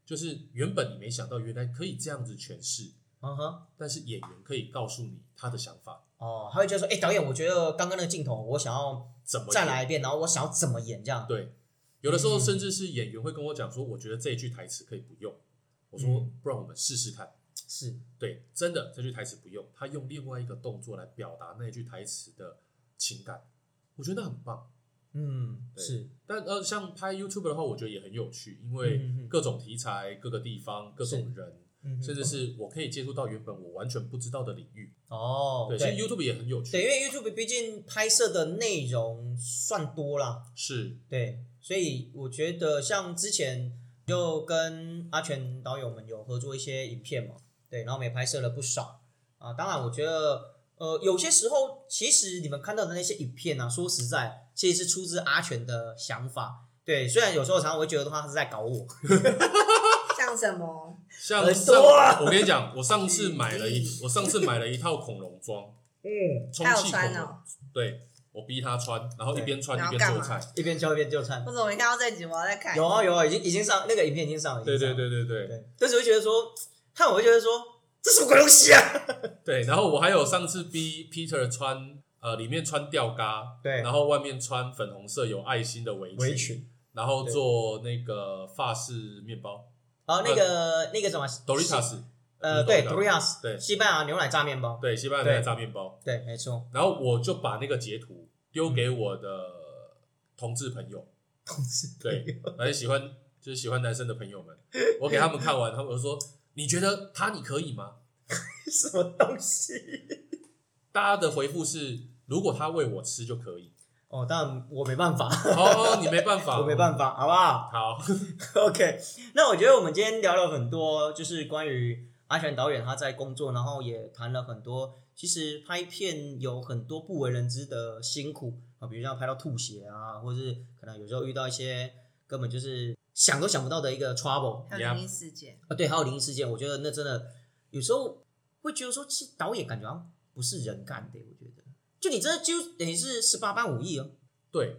[SPEAKER 3] 就是原本你没想到原来可以这样子诠释，
[SPEAKER 2] 嗯哼，
[SPEAKER 3] 但是演员可以告诉你他的想法
[SPEAKER 2] 哦，他会觉得说，哎、导演，我觉得刚刚那个镜头，我想要
[SPEAKER 3] 怎么
[SPEAKER 2] 再
[SPEAKER 3] 演
[SPEAKER 2] 来嗯一遍，然后我想要怎么演这样。
[SPEAKER 3] 对，有的时候甚至是演员会跟我讲说，我觉得这一句台词可以不用，我说
[SPEAKER 2] 嗯
[SPEAKER 3] 不然我们试试看。
[SPEAKER 2] 是，
[SPEAKER 3] 对，真的这句台词不用，他用另外一个动作来表达那句台词的情感，我觉得那很棒。
[SPEAKER 2] 嗯，
[SPEAKER 3] 对
[SPEAKER 2] 是，
[SPEAKER 3] 但呃，像拍 YouTube 的话，我觉得也很有趣，因为
[SPEAKER 2] 嗯嗯嗯
[SPEAKER 3] 各种题材、各个地方、各种人，
[SPEAKER 2] 嗯哼
[SPEAKER 3] 甚至是我可以接触到原本我完全不知道的领域。
[SPEAKER 2] 哦，
[SPEAKER 3] 对，其实 YouTube 也很有
[SPEAKER 2] 对，因
[SPEAKER 3] 趣，
[SPEAKER 2] 为 YouTube 毕竟拍摄的内容算多啦，
[SPEAKER 3] 是
[SPEAKER 2] 对，所以我觉得像之前就跟阿全导演们有合作一些影片嘛，对，然后我们也拍摄了不少啊。当然，我觉得呃，有些时候其实你们看到的那些影片啊，说实在，其实是出自阿全的想法。对，虽然有时候常常我会觉得他是在搞我，
[SPEAKER 1] [laughs] 像什么？
[SPEAKER 3] 像
[SPEAKER 2] 很
[SPEAKER 3] 上
[SPEAKER 2] 多啊
[SPEAKER 3] 我跟你讲，我上
[SPEAKER 2] [laughs]
[SPEAKER 3] 次买了一，我上次买了一套恐龙装，
[SPEAKER 2] 嗯，
[SPEAKER 3] 充
[SPEAKER 1] 他有
[SPEAKER 3] 气恐
[SPEAKER 1] 穿
[SPEAKER 3] 龙，
[SPEAKER 1] 哦，
[SPEAKER 3] 对我逼他穿，然后一
[SPEAKER 2] 对
[SPEAKER 3] 边穿
[SPEAKER 1] 然
[SPEAKER 3] 一
[SPEAKER 1] 后
[SPEAKER 3] 边
[SPEAKER 1] 干
[SPEAKER 3] 做
[SPEAKER 1] 嘛
[SPEAKER 3] 菜。
[SPEAKER 2] [laughs] 一边教一边就餐
[SPEAKER 1] 我，怎么没看到这集？我要再看。
[SPEAKER 2] 有啊有啊，已经已经上那个影片已经上了，已经
[SPEAKER 3] 对
[SPEAKER 2] 上
[SPEAKER 3] 对
[SPEAKER 2] 了
[SPEAKER 3] 对对对，
[SPEAKER 2] 对，但是会觉得说，看我会觉得说，这什么鬼东西啊？
[SPEAKER 3] 对，然后我还有上次逼 Peter 穿呃里面穿吊嘎，
[SPEAKER 2] 对
[SPEAKER 3] 然后外面穿粉红色有爱心的围裙，
[SPEAKER 2] 围裙，
[SPEAKER 3] 然后做那个法式面包
[SPEAKER 2] 然后那个那个什么
[SPEAKER 3] Doritas，
[SPEAKER 2] 呃，对
[SPEAKER 3] 不是
[SPEAKER 2] Doritas，
[SPEAKER 3] 对
[SPEAKER 2] 西班牙牛奶炸面包，
[SPEAKER 3] 对，西班牙那个
[SPEAKER 2] 对
[SPEAKER 3] 炸面包，
[SPEAKER 2] 对，没错，
[SPEAKER 3] 然后我就把那个截图丢
[SPEAKER 2] 嗯
[SPEAKER 3] 给我的同志朋友，
[SPEAKER 2] 同志
[SPEAKER 3] 对，而且喜欢就是喜欢男生的朋友们，我给他们看完，他们就说你觉得他你可以吗？
[SPEAKER 2] [laughs] 什么东西？
[SPEAKER 3] 大家的回复是如果他喂我吃就可以，
[SPEAKER 2] 哦，当然我没办法，
[SPEAKER 3] 哦，你没办
[SPEAKER 2] [laughs]
[SPEAKER 3] 法，
[SPEAKER 2] 我没办法，好不好 [laughs]
[SPEAKER 3] 好，
[SPEAKER 2] ？OK，那我觉得我们今天聊了很多，就是关于阿全导演他在工作，然后也谈了很多，其实拍片有很多不为人知的辛苦啊，比如像拍到吐血啊，或者是可能有时候遇到一些根本就是想都想不到的一个 trouble。
[SPEAKER 1] 还有灵异事件，
[SPEAKER 2] 啊，对，还有灵异事件，我觉得那真的有时候会觉得说，其实导演感觉好像不是人干的，我觉得，就你真的就等于是十八般武艺哦。
[SPEAKER 3] 对，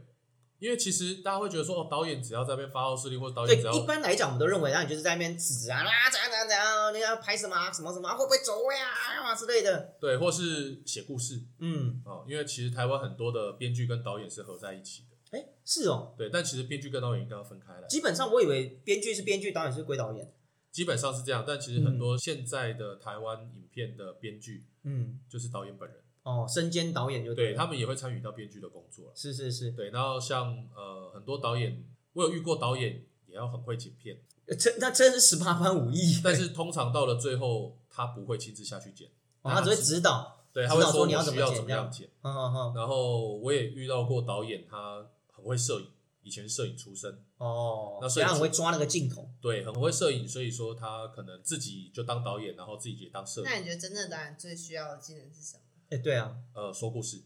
[SPEAKER 3] 因为其实大家会觉得说，哦，导演只要在那边发号施令，或者导
[SPEAKER 2] 对
[SPEAKER 3] 演只，要
[SPEAKER 2] 一般来讲，我们都认为，然后你就是在那边指啊，啊怎样怎样怎样，你要拍什么啊什么什么啊，会不会走位啊啊之类的。
[SPEAKER 3] 对，或是写故事
[SPEAKER 2] 嗯，
[SPEAKER 3] 啊、哦因为其实台湾很多的编剧跟导演是合在一起的，
[SPEAKER 2] 哎，是哦。
[SPEAKER 3] 对，但其实编剧跟导演应该要分开来，
[SPEAKER 2] 基本上我以为编剧是编剧，导演是归导演。
[SPEAKER 3] 基本上是这样，但其实很多现在的台湾影片的编剧
[SPEAKER 2] 嗯，
[SPEAKER 3] 就是导演本人，
[SPEAKER 2] 哦，身兼导演就
[SPEAKER 3] 对
[SPEAKER 2] 了
[SPEAKER 3] 他们也会参与到编剧的工作了，
[SPEAKER 2] 是是是，
[SPEAKER 3] 对，然后像呃很多导演，我有遇过导演也要很会剪片，
[SPEAKER 2] 真那真是十八般武
[SPEAKER 3] [laughs]
[SPEAKER 2] 艺，
[SPEAKER 3] 但是通常到了最后他不会亲自下去剪，
[SPEAKER 2] 哦他只会指导。
[SPEAKER 3] 对，
[SPEAKER 2] 指
[SPEAKER 3] 他会
[SPEAKER 2] 导说
[SPEAKER 3] 说
[SPEAKER 2] 你要
[SPEAKER 3] 我
[SPEAKER 2] 怎
[SPEAKER 3] 需
[SPEAKER 2] 么
[SPEAKER 3] 要
[SPEAKER 2] 剪
[SPEAKER 3] 怎么
[SPEAKER 2] 这
[SPEAKER 3] 样
[SPEAKER 2] 样
[SPEAKER 3] 剪。
[SPEAKER 2] 好好好，
[SPEAKER 3] 然后我也遇到过导演，他很会摄影，以前摄影出身，
[SPEAKER 2] 哦，
[SPEAKER 3] 那所以
[SPEAKER 2] 然后
[SPEAKER 3] 是
[SPEAKER 2] 我会抓那个镜头。
[SPEAKER 3] 对，很会摄影，所以说他可能自己就当导演，然后自己也当摄
[SPEAKER 1] 那
[SPEAKER 3] 影，
[SPEAKER 1] 你觉得真正导演最需要的技能是
[SPEAKER 2] [laughs]
[SPEAKER 1] 什么？
[SPEAKER 2] 哎，对啊，
[SPEAKER 3] 呃，说故事。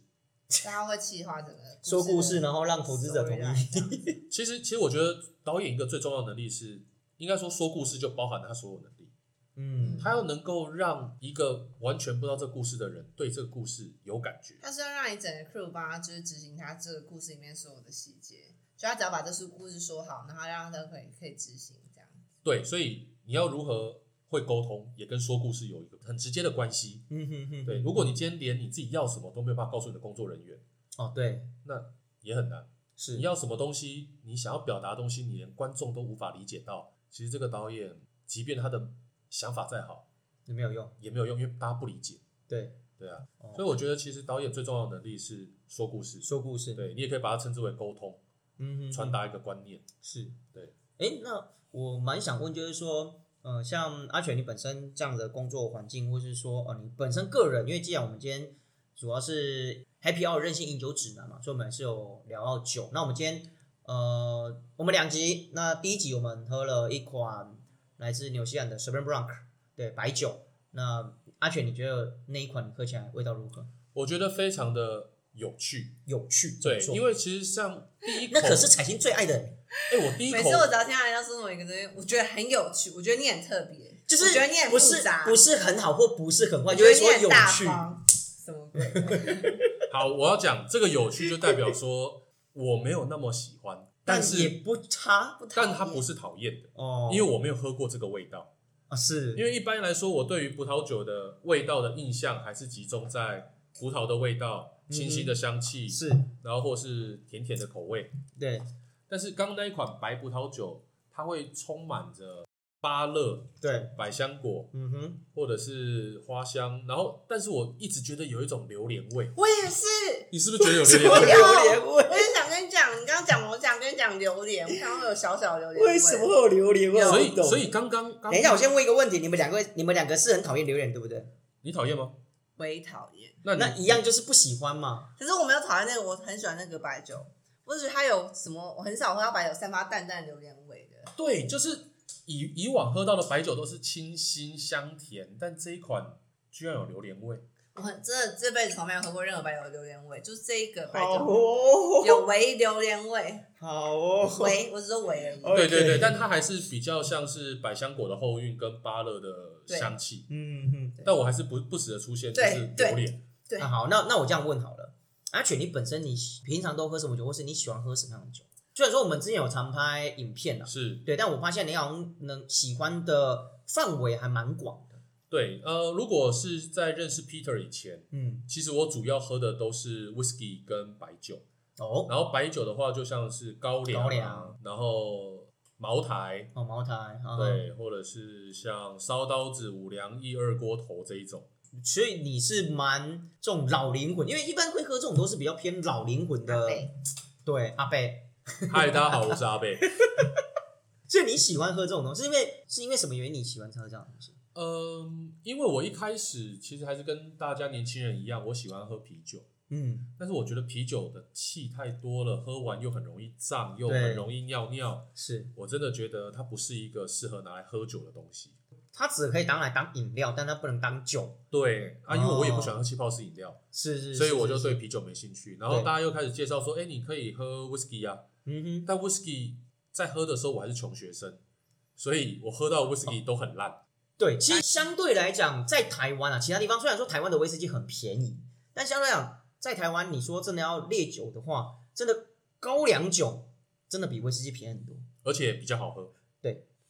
[SPEAKER 1] 大家会企划整个
[SPEAKER 2] 说故事，
[SPEAKER 1] 呢？
[SPEAKER 2] 然后让投资者同意。
[SPEAKER 1] 意。
[SPEAKER 3] 其实，其实我觉得导演一个最重要的能力是，应该说说故事就包含他所有能力，
[SPEAKER 2] 嗯，
[SPEAKER 3] 他要能够让一个完全不知道这故事的人对这个故事有感觉。
[SPEAKER 1] 他是要让你整个 crew 帮他，就是执行他这个故事里面所有的细节，就他只要把这出故事说好，然后让他可以可以执行这样。
[SPEAKER 3] 对，所以你要如何会沟通，也跟说故事有一个很直接的关系。
[SPEAKER 2] 嗯哼哼，
[SPEAKER 3] 对，如果你今天连你自己要什么都没有办法告诉你的工作人员，
[SPEAKER 2] 哦对，
[SPEAKER 3] 那也很难。
[SPEAKER 2] 是
[SPEAKER 3] 你要什么东西，你想要表达的东西，你连观众都无法理解到。其实这个导演，即便他的想法再好，
[SPEAKER 2] 也没有用，
[SPEAKER 3] 也没有用，因为大家不理解。
[SPEAKER 2] 对，
[SPEAKER 3] 对啊，
[SPEAKER 2] 哦
[SPEAKER 3] 所以我觉得其实导演最重要的能力是说故事，
[SPEAKER 2] 说故事，，
[SPEAKER 3] 对你也可以把它称之为沟通，
[SPEAKER 2] 嗯哼，
[SPEAKER 3] 传达一个观念。
[SPEAKER 2] 是，
[SPEAKER 3] 对。
[SPEAKER 2] 哎，那我蛮想问，就是说，呃，像阿全你本身这样的工作环境，或是说，呃，你本身个人，因为既然我们今天主要是 Happy Hour 任性饮酒指南嘛，所以我们还是有聊到酒。那我们今天，呃，我们两集，那第一集我们喝了一款来自纽西兰的 s e r v e n Blanc，对，白酒。那阿全，你觉得那一款你喝起来味道如何？
[SPEAKER 3] 我觉得非常的有趣，
[SPEAKER 2] 有趣，
[SPEAKER 3] 对
[SPEAKER 2] 没，错
[SPEAKER 3] 因为其实像第一口，
[SPEAKER 2] 那可是彩星最爱的，
[SPEAKER 3] 哎、我第一口
[SPEAKER 1] 每次我只要听到人家说什么一个东西，我觉得很有趣，我觉得你很特别，
[SPEAKER 2] 就是
[SPEAKER 1] 我觉得你很
[SPEAKER 2] 不
[SPEAKER 1] 复
[SPEAKER 2] 是
[SPEAKER 1] 杂，
[SPEAKER 2] 不是很好或不是很坏，
[SPEAKER 1] 我
[SPEAKER 2] 就
[SPEAKER 1] 觉得
[SPEAKER 2] 会
[SPEAKER 1] 你
[SPEAKER 2] 说
[SPEAKER 1] 很
[SPEAKER 2] 有
[SPEAKER 1] 大
[SPEAKER 2] 趣。
[SPEAKER 1] 方，什么鬼？
[SPEAKER 3] 好，我要讲这个有趣，就代表说我没有那么喜欢，但
[SPEAKER 2] 也
[SPEAKER 3] 是
[SPEAKER 2] 不差
[SPEAKER 1] 不讨厌
[SPEAKER 3] 但它不是讨厌的，
[SPEAKER 2] 哦，
[SPEAKER 3] 因为我没有喝过这个味道。
[SPEAKER 2] 啊是，
[SPEAKER 3] 因为一般来说，我对于葡萄酒的味道的印象还是集中在葡萄的味道、
[SPEAKER 2] 嗯
[SPEAKER 3] 清新的香气，
[SPEAKER 2] 是
[SPEAKER 3] 然后或是甜甜的口味。
[SPEAKER 2] 对
[SPEAKER 3] 但是刚刚那一款白葡萄酒，它会充满着芭乐、
[SPEAKER 2] 对，
[SPEAKER 3] 百香果
[SPEAKER 2] 嗯哼，
[SPEAKER 3] 或者是花香，然后但是我一直觉得有一种榴莲味，
[SPEAKER 1] 我也是，
[SPEAKER 3] 你是不是觉得有
[SPEAKER 2] 什
[SPEAKER 3] 榴
[SPEAKER 2] 么 [laughs]
[SPEAKER 3] 莲味？
[SPEAKER 2] 榴莲
[SPEAKER 1] 我
[SPEAKER 2] 味？
[SPEAKER 1] 也想跟你讲，你刚刚讲我想跟你讲榴莲，我想会有小小榴莲味
[SPEAKER 2] 为什么会有榴莲味？
[SPEAKER 3] 所
[SPEAKER 2] 我
[SPEAKER 3] 以
[SPEAKER 2] 不懂
[SPEAKER 3] 所以刚刚刚
[SPEAKER 2] 等一下，我先问一个问题，你们两个你们两个是很讨厌榴莲对不对？
[SPEAKER 3] 你讨厌吗？
[SPEAKER 1] 微讨厌。
[SPEAKER 3] 那你
[SPEAKER 2] 那一样就是不喜欢嘛。
[SPEAKER 1] 可是我没有讨厌那个，我很喜欢那个白酒，我只觉得它有什么，我很少喝到白酒散发淡淡榴莲味的。
[SPEAKER 3] 对，就是以以往喝到的白酒都是清新香甜，但这一款居然有榴莲味。
[SPEAKER 1] 我很真的这辈子从没有喝过任何白酒的榴莲味，就是这一个白
[SPEAKER 2] 好
[SPEAKER 1] 酒
[SPEAKER 2] 哦，
[SPEAKER 1] 有微榴莲味，
[SPEAKER 2] 好哦，
[SPEAKER 1] 微我只说微而已。
[SPEAKER 3] 对对
[SPEAKER 2] OK
[SPEAKER 3] 对，但它还是比较像是百香果的后韵跟芭乐的香气，
[SPEAKER 2] 嗯哼，
[SPEAKER 3] 但我还是不不时的出现就
[SPEAKER 1] 对
[SPEAKER 3] 是榴莲。
[SPEAKER 1] 对
[SPEAKER 2] 那好，那那我这样问好了，阿全，你本身你平常都喝什么酒，或是你喜欢喝什么样的酒？虽然说我们之前有常拍影片啊，
[SPEAKER 3] 是
[SPEAKER 2] 对，但我发现你好像能喜欢的范围还蛮广的。
[SPEAKER 3] 对，呃，如果是在认识 Peter 以前，
[SPEAKER 2] 嗯，
[SPEAKER 3] 其实我主要喝的都是 whisky 跟白酒，
[SPEAKER 2] 哦
[SPEAKER 3] 然后白酒的话就像是高粱、啊、
[SPEAKER 2] 高粱
[SPEAKER 3] 然后茅台，
[SPEAKER 2] 哦，茅台，啊，
[SPEAKER 3] 对，或者是像烧刀子、五粮液、二锅头这一种。
[SPEAKER 2] 所以你是蛮这种老灵魂，因为一般会喝这种都是比较偏老灵魂的
[SPEAKER 1] 阿，贝
[SPEAKER 2] 对阿贝。
[SPEAKER 3] 嗨，大家好，我是阿贝。 [laughs]
[SPEAKER 2] 所以你喜欢喝这种东西，是因为是因为什么原因你喜欢喝这样的东西？
[SPEAKER 3] 嗯，因为我一开始其实还是跟大家年轻人一样，我喜欢喝啤酒，
[SPEAKER 2] 嗯，
[SPEAKER 3] 但是我觉得啤酒的气太多了，喝完又很容易胀，又
[SPEAKER 2] 对
[SPEAKER 3] 很容易尿尿。
[SPEAKER 2] 是
[SPEAKER 3] 我真的觉得它不是一个适合拿来喝酒的东西。
[SPEAKER 2] 它只可以当来当饮料，但它不能当酒。
[SPEAKER 3] 对啊，因为
[SPEAKER 2] 哦
[SPEAKER 3] 我也不喜欢喝气泡式饮料，
[SPEAKER 2] 是是是，
[SPEAKER 3] 所以我就是对
[SPEAKER 2] 是
[SPEAKER 3] 啤酒没兴趣。然后
[SPEAKER 2] 对
[SPEAKER 3] 大家又开始介绍说，哎，你可以喝 whisky 啊，
[SPEAKER 2] 嗯哼，
[SPEAKER 3] 但 whisky 在喝的时候我还是穷学生，所以我喝到 whisky 都很烂。
[SPEAKER 2] 对，其实相对来讲，在台湾啊，其他地方虽然说台湾的威士忌很便宜，但相对来讲，在台湾你说真的要烈酒的话，真的高粱酒真的比威士忌便宜很多。
[SPEAKER 3] 而且比较好喝，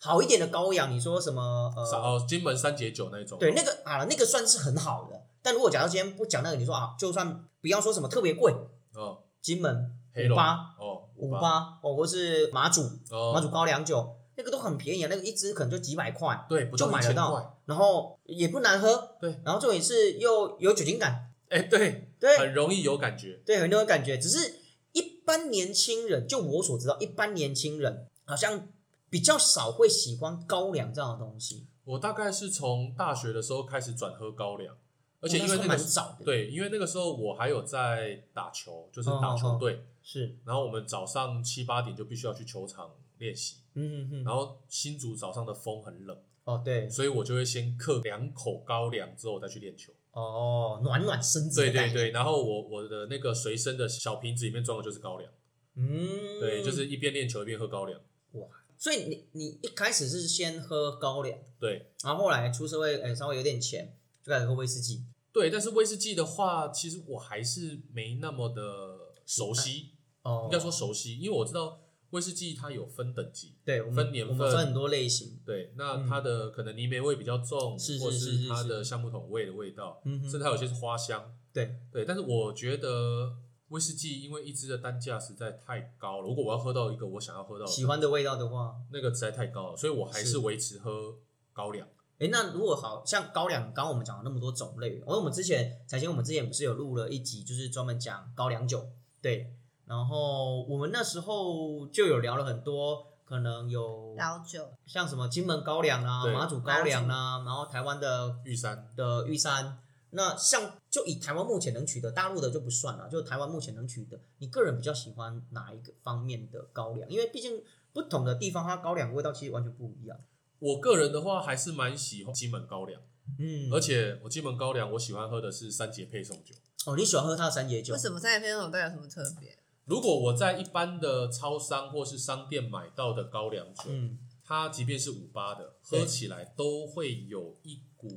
[SPEAKER 2] 好一点的高粱，你说什么呃，
[SPEAKER 3] 少哦，金门三节酒那一种，
[SPEAKER 2] 对，那个啊，那个算是很好的。但如果假如今天不讲那个，你说啊，就算不要说什么特别贵，
[SPEAKER 3] 哦，
[SPEAKER 2] 金门
[SPEAKER 3] 黑
[SPEAKER 2] 五
[SPEAKER 3] 龙
[SPEAKER 2] 八
[SPEAKER 3] 哦，
[SPEAKER 2] 五八哦，或是马祖
[SPEAKER 3] 哦，
[SPEAKER 2] 马祖高粱酒，那个都很便宜啊，那个一支可能就几百块，
[SPEAKER 3] 对，不
[SPEAKER 2] 就买得
[SPEAKER 3] 1000块。
[SPEAKER 2] 到，然后也不难喝，
[SPEAKER 3] 对，
[SPEAKER 2] 然后重点是又有酒精感，
[SPEAKER 3] 哎，对，
[SPEAKER 2] 对
[SPEAKER 3] 很容易有感觉。
[SPEAKER 2] 对，很多感觉。只是一般年轻人，就我所知道，一般年轻人好像比较少会喜欢高粱这样的东西，
[SPEAKER 3] 我大概是从大学的时候开始转喝高粱，而且因
[SPEAKER 2] 我
[SPEAKER 3] 为
[SPEAKER 2] 哦时候
[SPEAKER 3] 那个
[SPEAKER 2] 蛮早的，，
[SPEAKER 3] 对，因为那个时候我还有在打球，就是
[SPEAKER 2] 嗯
[SPEAKER 3] 打球队，
[SPEAKER 2] 是，
[SPEAKER 3] 然后我们早上七八点就必须要去球场练习，
[SPEAKER 2] 嗯嗯嗯，
[SPEAKER 3] 然后新竹早上的风很冷，
[SPEAKER 2] 哦对，
[SPEAKER 3] 所以我就会先嗑两口高粱之后再去练球。
[SPEAKER 2] 哦，暖暖身子，
[SPEAKER 3] 对对，对，然后我我的那个随身的小瓶子里面装的就是高粱，
[SPEAKER 2] 嗯，
[SPEAKER 3] 对，就是一边练球一边喝高粱。
[SPEAKER 2] 哇，所以你你一开始是先喝高粱，
[SPEAKER 3] 对
[SPEAKER 2] 然后后来出社会，哎、稍微有点钱，就开始喝威士忌。
[SPEAKER 3] 对，但是威士忌的话，其实我还是没那么的熟悉，
[SPEAKER 2] 哦
[SPEAKER 3] 应该说熟悉，因为我知道威士忌它有分等级，
[SPEAKER 2] 对，我们
[SPEAKER 3] 分年
[SPEAKER 2] 我们
[SPEAKER 3] 份
[SPEAKER 2] 分很多类型。
[SPEAKER 3] 对，那它的可能泥煤味比较重，
[SPEAKER 2] 嗯是是
[SPEAKER 3] 或
[SPEAKER 2] 是是
[SPEAKER 3] 是它
[SPEAKER 2] 是
[SPEAKER 3] 的橡木桶味的味道，
[SPEAKER 2] 嗯
[SPEAKER 3] 甚至
[SPEAKER 2] 哼，
[SPEAKER 3] 还有些是花香。
[SPEAKER 2] 对
[SPEAKER 3] 对，但是我觉得威士忌因为一支的单价实在太高了，如果我要喝到一个我想要喝到的
[SPEAKER 2] 喜欢的味道的话，
[SPEAKER 3] 那个实在太高了，所以我还
[SPEAKER 2] 是
[SPEAKER 3] 是维持喝高粱。
[SPEAKER 2] 哎、那如果好像高粱，刚刚我们讲了那么多种类，而我们之前彩星，我们之前不是有录了一集，就是专门讲高粱酒，对。然后我们那时候就有聊了很多，可能有
[SPEAKER 1] 老酒，
[SPEAKER 2] 像什么金门高粱啊、
[SPEAKER 3] 对
[SPEAKER 2] 马祖高粱啊，然后台湾的
[SPEAKER 3] 玉山
[SPEAKER 2] 的玉山。那像就以台湾目前能取得，大陆的就不算了。就台湾目前能取得，你个人比较喜欢哪一个方面的高粱？因为毕竟不同的地方，它高粱味道其实完全不一样。
[SPEAKER 3] 我个人的话还是蛮喜欢金门高粱，
[SPEAKER 2] 嗯，
[SPEAKER 3] 而且我金门高粱我喜欢喝的是三节配送酒。
[SPEAKER 2] 哦，你喜欢喝它的三节酒
[SPEAKER 1] 为？什么三叶片那种都有什么特别？
[SPEAKER 3] 如果我在一般的超商或是商店买到的高粱酒，
[SPEAKER 2] 嗯，
[SPEAKER 3] 它即便是五八的，
[SPEAKER 2] 对
[SPEAKER 3] 喝起来都会有一股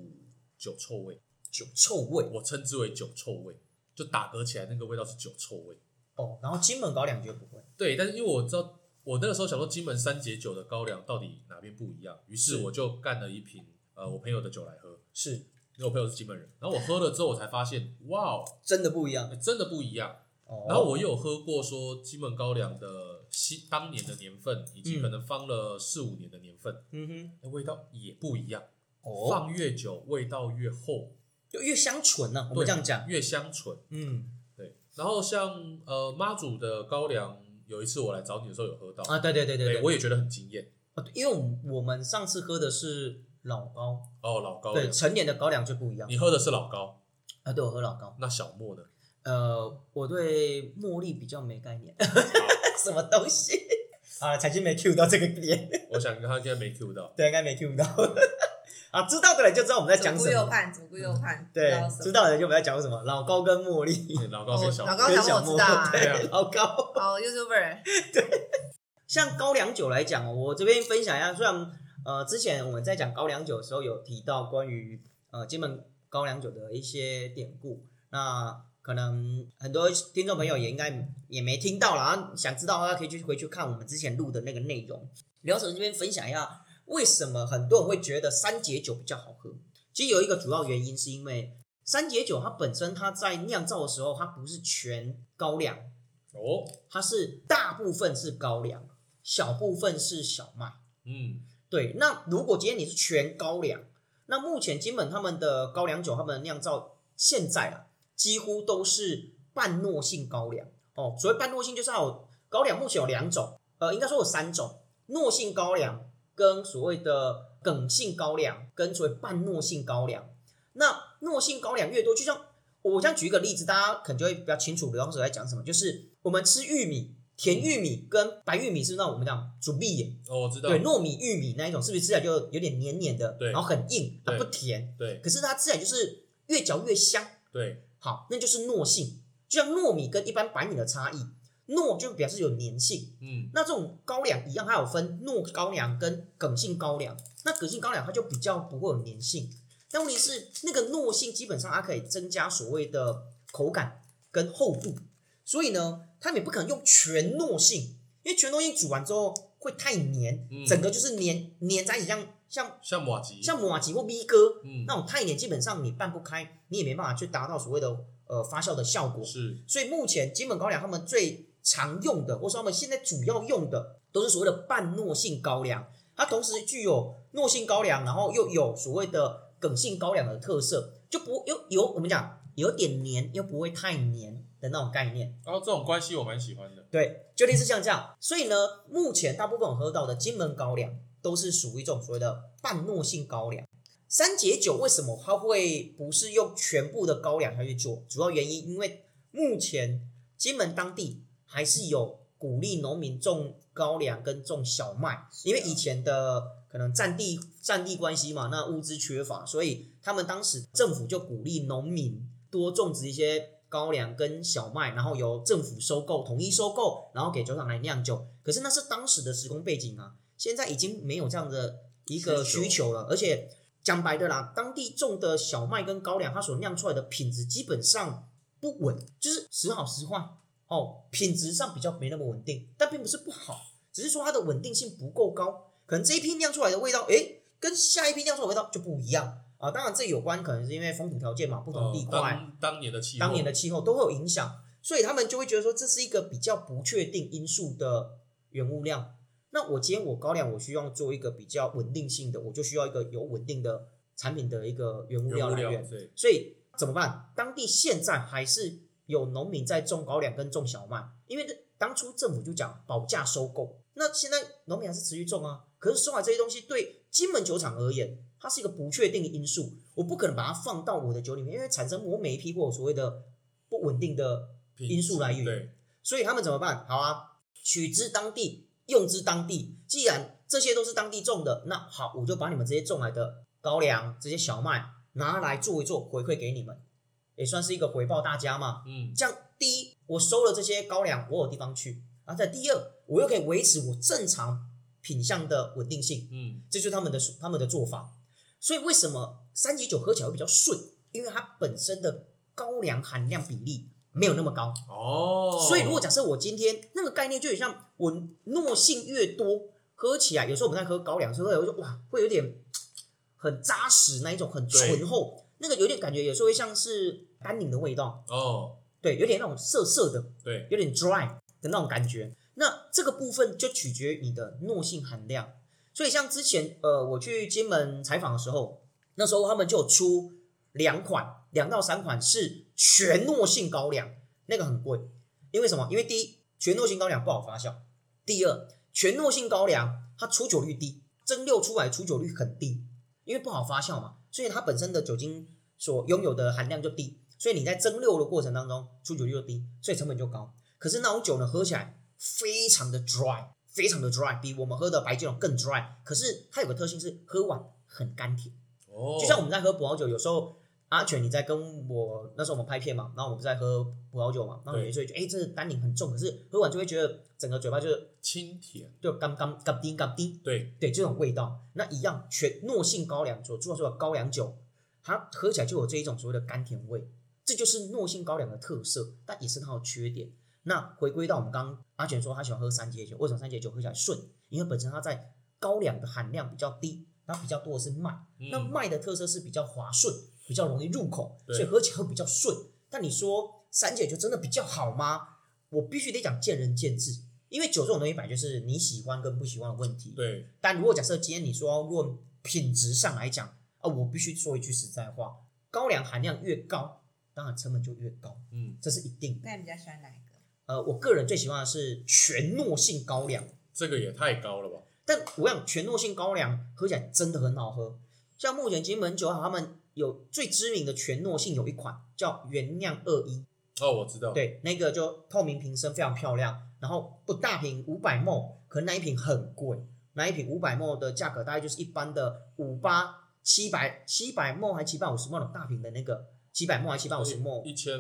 [SPEAKER 3] 酒臭味，
[SPEAKER 2] 酒臭味
[SPEAKER 3] 我称之为酒臭味，就打嗝起来那个味道是酒臭味。
[SPEAKER 2] 哦。然后金门高粱绝不会。
[SPEAKER 3] 对，但是因为我知道，我那个时候想说金门三节酒的高粱到底哪边不一样，于是
[SPEAKER 2] 是
[SPEAKER 3] 我就干了一瓶呃我朋友的酒来喝，
[SPEAKER 2] 是
[SPEAKER 3] 因为我朋友是金门人。然后我喝了之后，我才发现，哇哦、
[SPEAKER 2] 真的不一样
[SPEAKER 3] 哎真的不一样。
[SPEAKER 2] 哦。
[SPEAKER 3] 然后我也有喝过说金门高粱的新当年的年份，以及
[SPEAKER 2] 嗯
[SPEAKER 3] 可能放了四五年的年份，
[SPEAKER 2] 嗯哼，
[SPEAKER 3] 哎味道也不一样。
[SPEAKER 2] 哦，
[SPEAKER 3] 放越久，味道越厚，
[SPEAKER 2] 就越香醇呢、我们
[SPEAKER 3] 对
[SPEAKER 2] 这样讲，
[SPEAKER 3] 越香醇。
[SPEAKER 2] 嗯
[SPEAKER 3] 对，然后像呃妈祖的高粱，有一次我来找你的时候有喝到，
[SPEAKER 2] 啊，对对对对
[SPEAKER 3] 对，我也觉得很惊艳。
[SPEAKER 2] 哦对因为我们我们上次喝的是老高，
[SPEAKER 3] 哦，老高嗯粱
[SPEAKER 2] 对，成年的高粱就不一样
[SPEAKER 3] 你喝的是老高，
[SPEAKER 2] 啊。对我喝老高，
[SPEAKER 3] 那小莫呢？
[SPEAKER 2] 呃，我对茉莉比较没概
[SPEAKER 3] [laughs]
[SPEAKER 2] 念，什么东西？啊，彩金没 Q 到这个点，
[SPEAKER 3] 我想他应该没 Q
[SPEAKER 2] [laughs]
[SPEAKER 3] 到。
[SPEAKER 2] 对，应该没 Q 到。啊，知道的人就知道我们在讲
[SPEAKER 1] 左顾
[SPEAKER 2] 什
[SPEAKER 1] 右
[SPEAKER 2] 么，嗯
[SPEAKER 1] 盼，左顾右盼，
[SPEAKER 2] 对
[SPEAKER 1] 不知道什，么
[SPEAKER 2] 知道的人就我们在讲什么。老高跟茉莉，
[SPEAKER 3] 对老高
[SPEAKER 1] 哦
[SPEAKER 3] 跟小
[SPEAKER 1] 老
[SPEAKER 3] 莫，
[SPEAKER 1] 高
[SPEAKER 2] 跟
[SPEAKER 1] 小
[SPEAKER 2] 小
[SPEAKER 1] 莫我知道啊
[SPEAKER 2] 莫，，对
[SPEAKER 3] 啊
[SPEAKER 2] 老高。
[SPEAKER 1] [laughs] 哦，YouTuber，
[SPEAKER 2] 像高粱酒来讲哦，我这边分享一下，虽然呃之前我们在讲高粱酒的时候有提到关于呃金门高粱酒的一些典故，那可能很多听众朋友也应该也没听到啦，啊想知道的话可以去回去看我们之前录的那个内容。刘老师这边分享一下，为什么很多人会觉得三节酒比较好喝？其实有一个主要原因是因为三节酒它本身它在酿造的时候，它不是全高粱，
[SPEAKER 3] 哦，
[SPEAKER 2] 它是大部分是高粱，小部分是小麦。
[SPEAKER 3] 嗯，
[SPEAKER 2] 对，那如果今天你是全高粱，那目前金门他们的高粱酒，他们的酿造现在啊，几乎都是半糯性高粱哦。所谓半糯性，就是它有高粱目前有两种，呃，应该说有三种，糯性高粱跟所谓的梗性高粱，跟所谓半糯性高粱。那糯性高粱越多，就像我这样举一个例子，大家可能就会比较清楚刘老师在讲什么，就是我们吃玉米。甜玉米跟白玉米是那我们讲煮米耶，
[SPEAKER 3] 哦，我知道，
[SPEAKER 2] 对，糯米、玉米那一种，是不是吃起来就有点黏黏的，
[SPEAKER 3] 对
[SPEAKER 2] 然后很硬，它
[SPEAKER 3] 对
[SPEAKER 2] 不甜，
[SPEAKER 3] 对
[SPEAKER 2] 可是它吃起来就是越嚼越香。
[SPEAKER 3] 对
[SPEAKER 2] 好，那就是糯性，就像糯米跟一般白米的差异，糯就表示有粘性。
[SPEAKER 3] 嗯，
[SPEAKER 2] 那这种高粱一样，它有分糯高粱跟梗性高粱。那梗性高粱它就比较不会有粘性，但问题是那个糯性基本上它可以增加所谓的口感跟厚度，所以呢，他们也不可能用全糯性，因为全糯性煮完之后会太黏，
[SPEAKER 3] 嗯
[SPEAKER 2] 整个就是黏黏在一起像，像
[SPEAKER 3] 像马吉，
[SPEAKER 2] 像马吉或咪哥
[SPEAKER 3] 嗯
[SPEAKER 2] 那，种太黏，基本上你拌不开，你也没办法去达到所谓的呃发酵的效果。
[SPEAKER 3] 是
[SPEAKER 2] 所以目前金门高粱他们最常用的，或是他们现在主要用的，都是所谓的半糯性高粱。它同时具有糯性高粱，然后又有所谓的梗性高粱的特色，就不又有我们讲有点黏，又不会太黏的那种概念。
[SPEAKER 3] 然后哦这种关系我蛮喜欢的。
[SPEAKER 2] 对，就类似像这样。所以呢，目前大部分我喝到的金门高粱都是属于一种所谓的半糯性高粱。三节酒为什么它会不是用全部的高粱下去做？主要原因因为目前金门当地还是有鼓励农民种高粱跟种小麦，因为以前的可能战地战地关系嘛，那物资缺乏，所以他们当时政府就鼓励农民多种植一些高粱跟小麦，然后由政府收购，统一收购，然后给酒厂来酿酒。可是那是当时的时空背景啊，现在已经没有这样的一个
[SPEAKER 3] 需求
[SPEAKER 2] 需求了，而且讲白的啦，当地种的小麦跟高粱，它所酿出来的品质基本上不稳，就是时好时坏哦，品质上比较没那么稳定，但并不是不好，只是说它的稳定性不够高，可能这一批酿出来的味道，诶，跟下一批酿出来的味道就不一样啊。当然，这有关可能是因为风土条件嘛，不同
[SPEAKER 3] 呃
[SPEAKER 2] 地块、
[SPEAKER 3] 当当年的气候，
[SPEAKER 2] 当年的气候都会有影响，所以他们就会觉得说这是一个比较不确定因素的原物料。那我今天我高粱，我需要做一个比较稳定性的，我就需要一个有稳定的产品的一个原物
[SPEAKER 3] 原
[SPEAKER 2] 料
[SPEAKER 3] 物
[SPEAKER 2] 来
[SPEAKER 3] 料
[SPEAKER 2] 源。
[SPEAKER 3] 对，
[SPEAKER 2] 所以怎么办？当地现在还是有农民在种高粱跟种小麦，因为这当初政府就讲保价收购，那现在农民还是持续种啊。可是收来这些东西对金门酒厂而言，它是一个不确定的因素，我不可能把它放到我的酒里面，因为产生我每一批货所谓的不稳定的
[SPEAKER 3] 品
[SPEAKER 2] 因素来
[SPEAKER 3] 质
[SPEAKER 2] 源
[SPEAKER 3] 对，
[SPEAKER 2] 所以他们怎么办？好啊，取之当地，用之当地。既然这些都是当地种的，那好，我就把你们这些种来的高粱、这些小麦拿来做一做，回馈给你们，也算是一个回报大家嘛。
[SPEAKER 3] 嗯，
[SPEAKER 2] 这样，第一，我收了这些高粱，我有地方去；然后再第二，我又可以维持我正常品相的稳定性。
[SPEAKER 3] 嗯，
[SPEAKER 2] 这就是他们的他们的做法。所以为什么三级酒喝起来会比较顺？因为它本身的高粱含量比例没有那么高。
[SPEAKER 3] 哦，
[SPEAKER 2] 所以如果假设我今天那个概念就很像我糯性越多，喝起来有时候我们在喝高粱的时候，我就哇会有点嘖很扎实那一种很醇厚，那个有点感觉有时候会像是甘宁的味道，
[SPEAKER 3] 哦，
[SPEAKER 2] 对，有点那种涩涩的，
[SPEAKER 3] 对，
[SPEAKER 2] 有点 dry 的那种感觉。那这个部分就取决于你的糯性含量。所以像之前呃我去金门采访的时候，那时候他们就有出两款，两到三款是全糯性高粱，那个很贵。因为什么？因为第一，全糯性高粱不好发酵；第二，全糯性高粱它出酒率低，蒸馏出来出酒率很低，因为不好发酵嘛，所以它本身的酒精所拥有的含量就低，所以你在蒸馏的过程当中出酒率就低，所以成本就高。可是那种酒呢，喝起来非常的 dry，非常的 dry，比我们喝的白酒更 dry。可是它有个特性是喝完很甘甜。
[SPEAKER 3] 哦，
[SPEAKER 2] 就像我们在喝葡萄酒，有时候阿全你在跟我那时候我们拍片嘛，然后我们不是在喝葡萄酒嘛，然后有
[SPEAKER 3] 对
[SPEAKER 2] 一候就哎、诶这个单宁很重，可是喝完就会觉得整个嘴巴就是
[SPEAKER 3] 清甜，
[SPEAKER 2] 就干干干滴干滴，
[SPEAKER 3] 对，
[SPEAKER 2] 对这种味道。那一样全糯性高粱所做出的高粱酒，它喝起来就有这一种所谓的甘甜味，这就是糯性高粱的特色，但也是它的缺点。那回归到我们刚刚阿全说他喜欢喝三节酒，为什么三节酒喝起来顺？因为本身它在高粱的含量比较低，它比较多的是麦。那
[SPEAKER 3] 嗯
[SPEAKER 2] 麦的特色是比较滑顺，比较容易入口，
[SPEAKER 3] 对
[SPEAKER 2] 所以喝起来会比较顺。但你说三姐就真的比较好吗？我必须得讲见仁见智，因为酒这种东西本来就是你喜欢跟不喜欢的问题。
[SPEAKER 3] 对，
[SPEAKER 2] 但如果假设今天你说要论品质上来讲啊，我必须说一句实在话，高粱含量越高，当然成本就越高，
[SPEAKER 3] 嗯，
[SPEAKER 2] 这是一定的。
[SPEAKER 1] 那你比较喜欢哪一个？
[SPEAKER 2] 呃，我个人最喜欢的是全糯性高粱。
[SPEAKER 3] 这个也太高了吧？
[SPEAKER 2] 但我想全糯性高粱喝起来真的很好喝，像目前金门酒厂他们有最知名的全糯性有一款叫原酿二一，
[SPEAKER 3] 哦，我知道，，
[SPEAKER 2] 对，那个就透明瓶身非常漂亮，然后不大瓶五百沫，可能那一瓶很贵，那一瓶五百沫的价格大概就是一般的五八七百七百沫还七百五十沫的大瓶的那个七百沫还七百五十沫，
[SPEAKER 3] 一千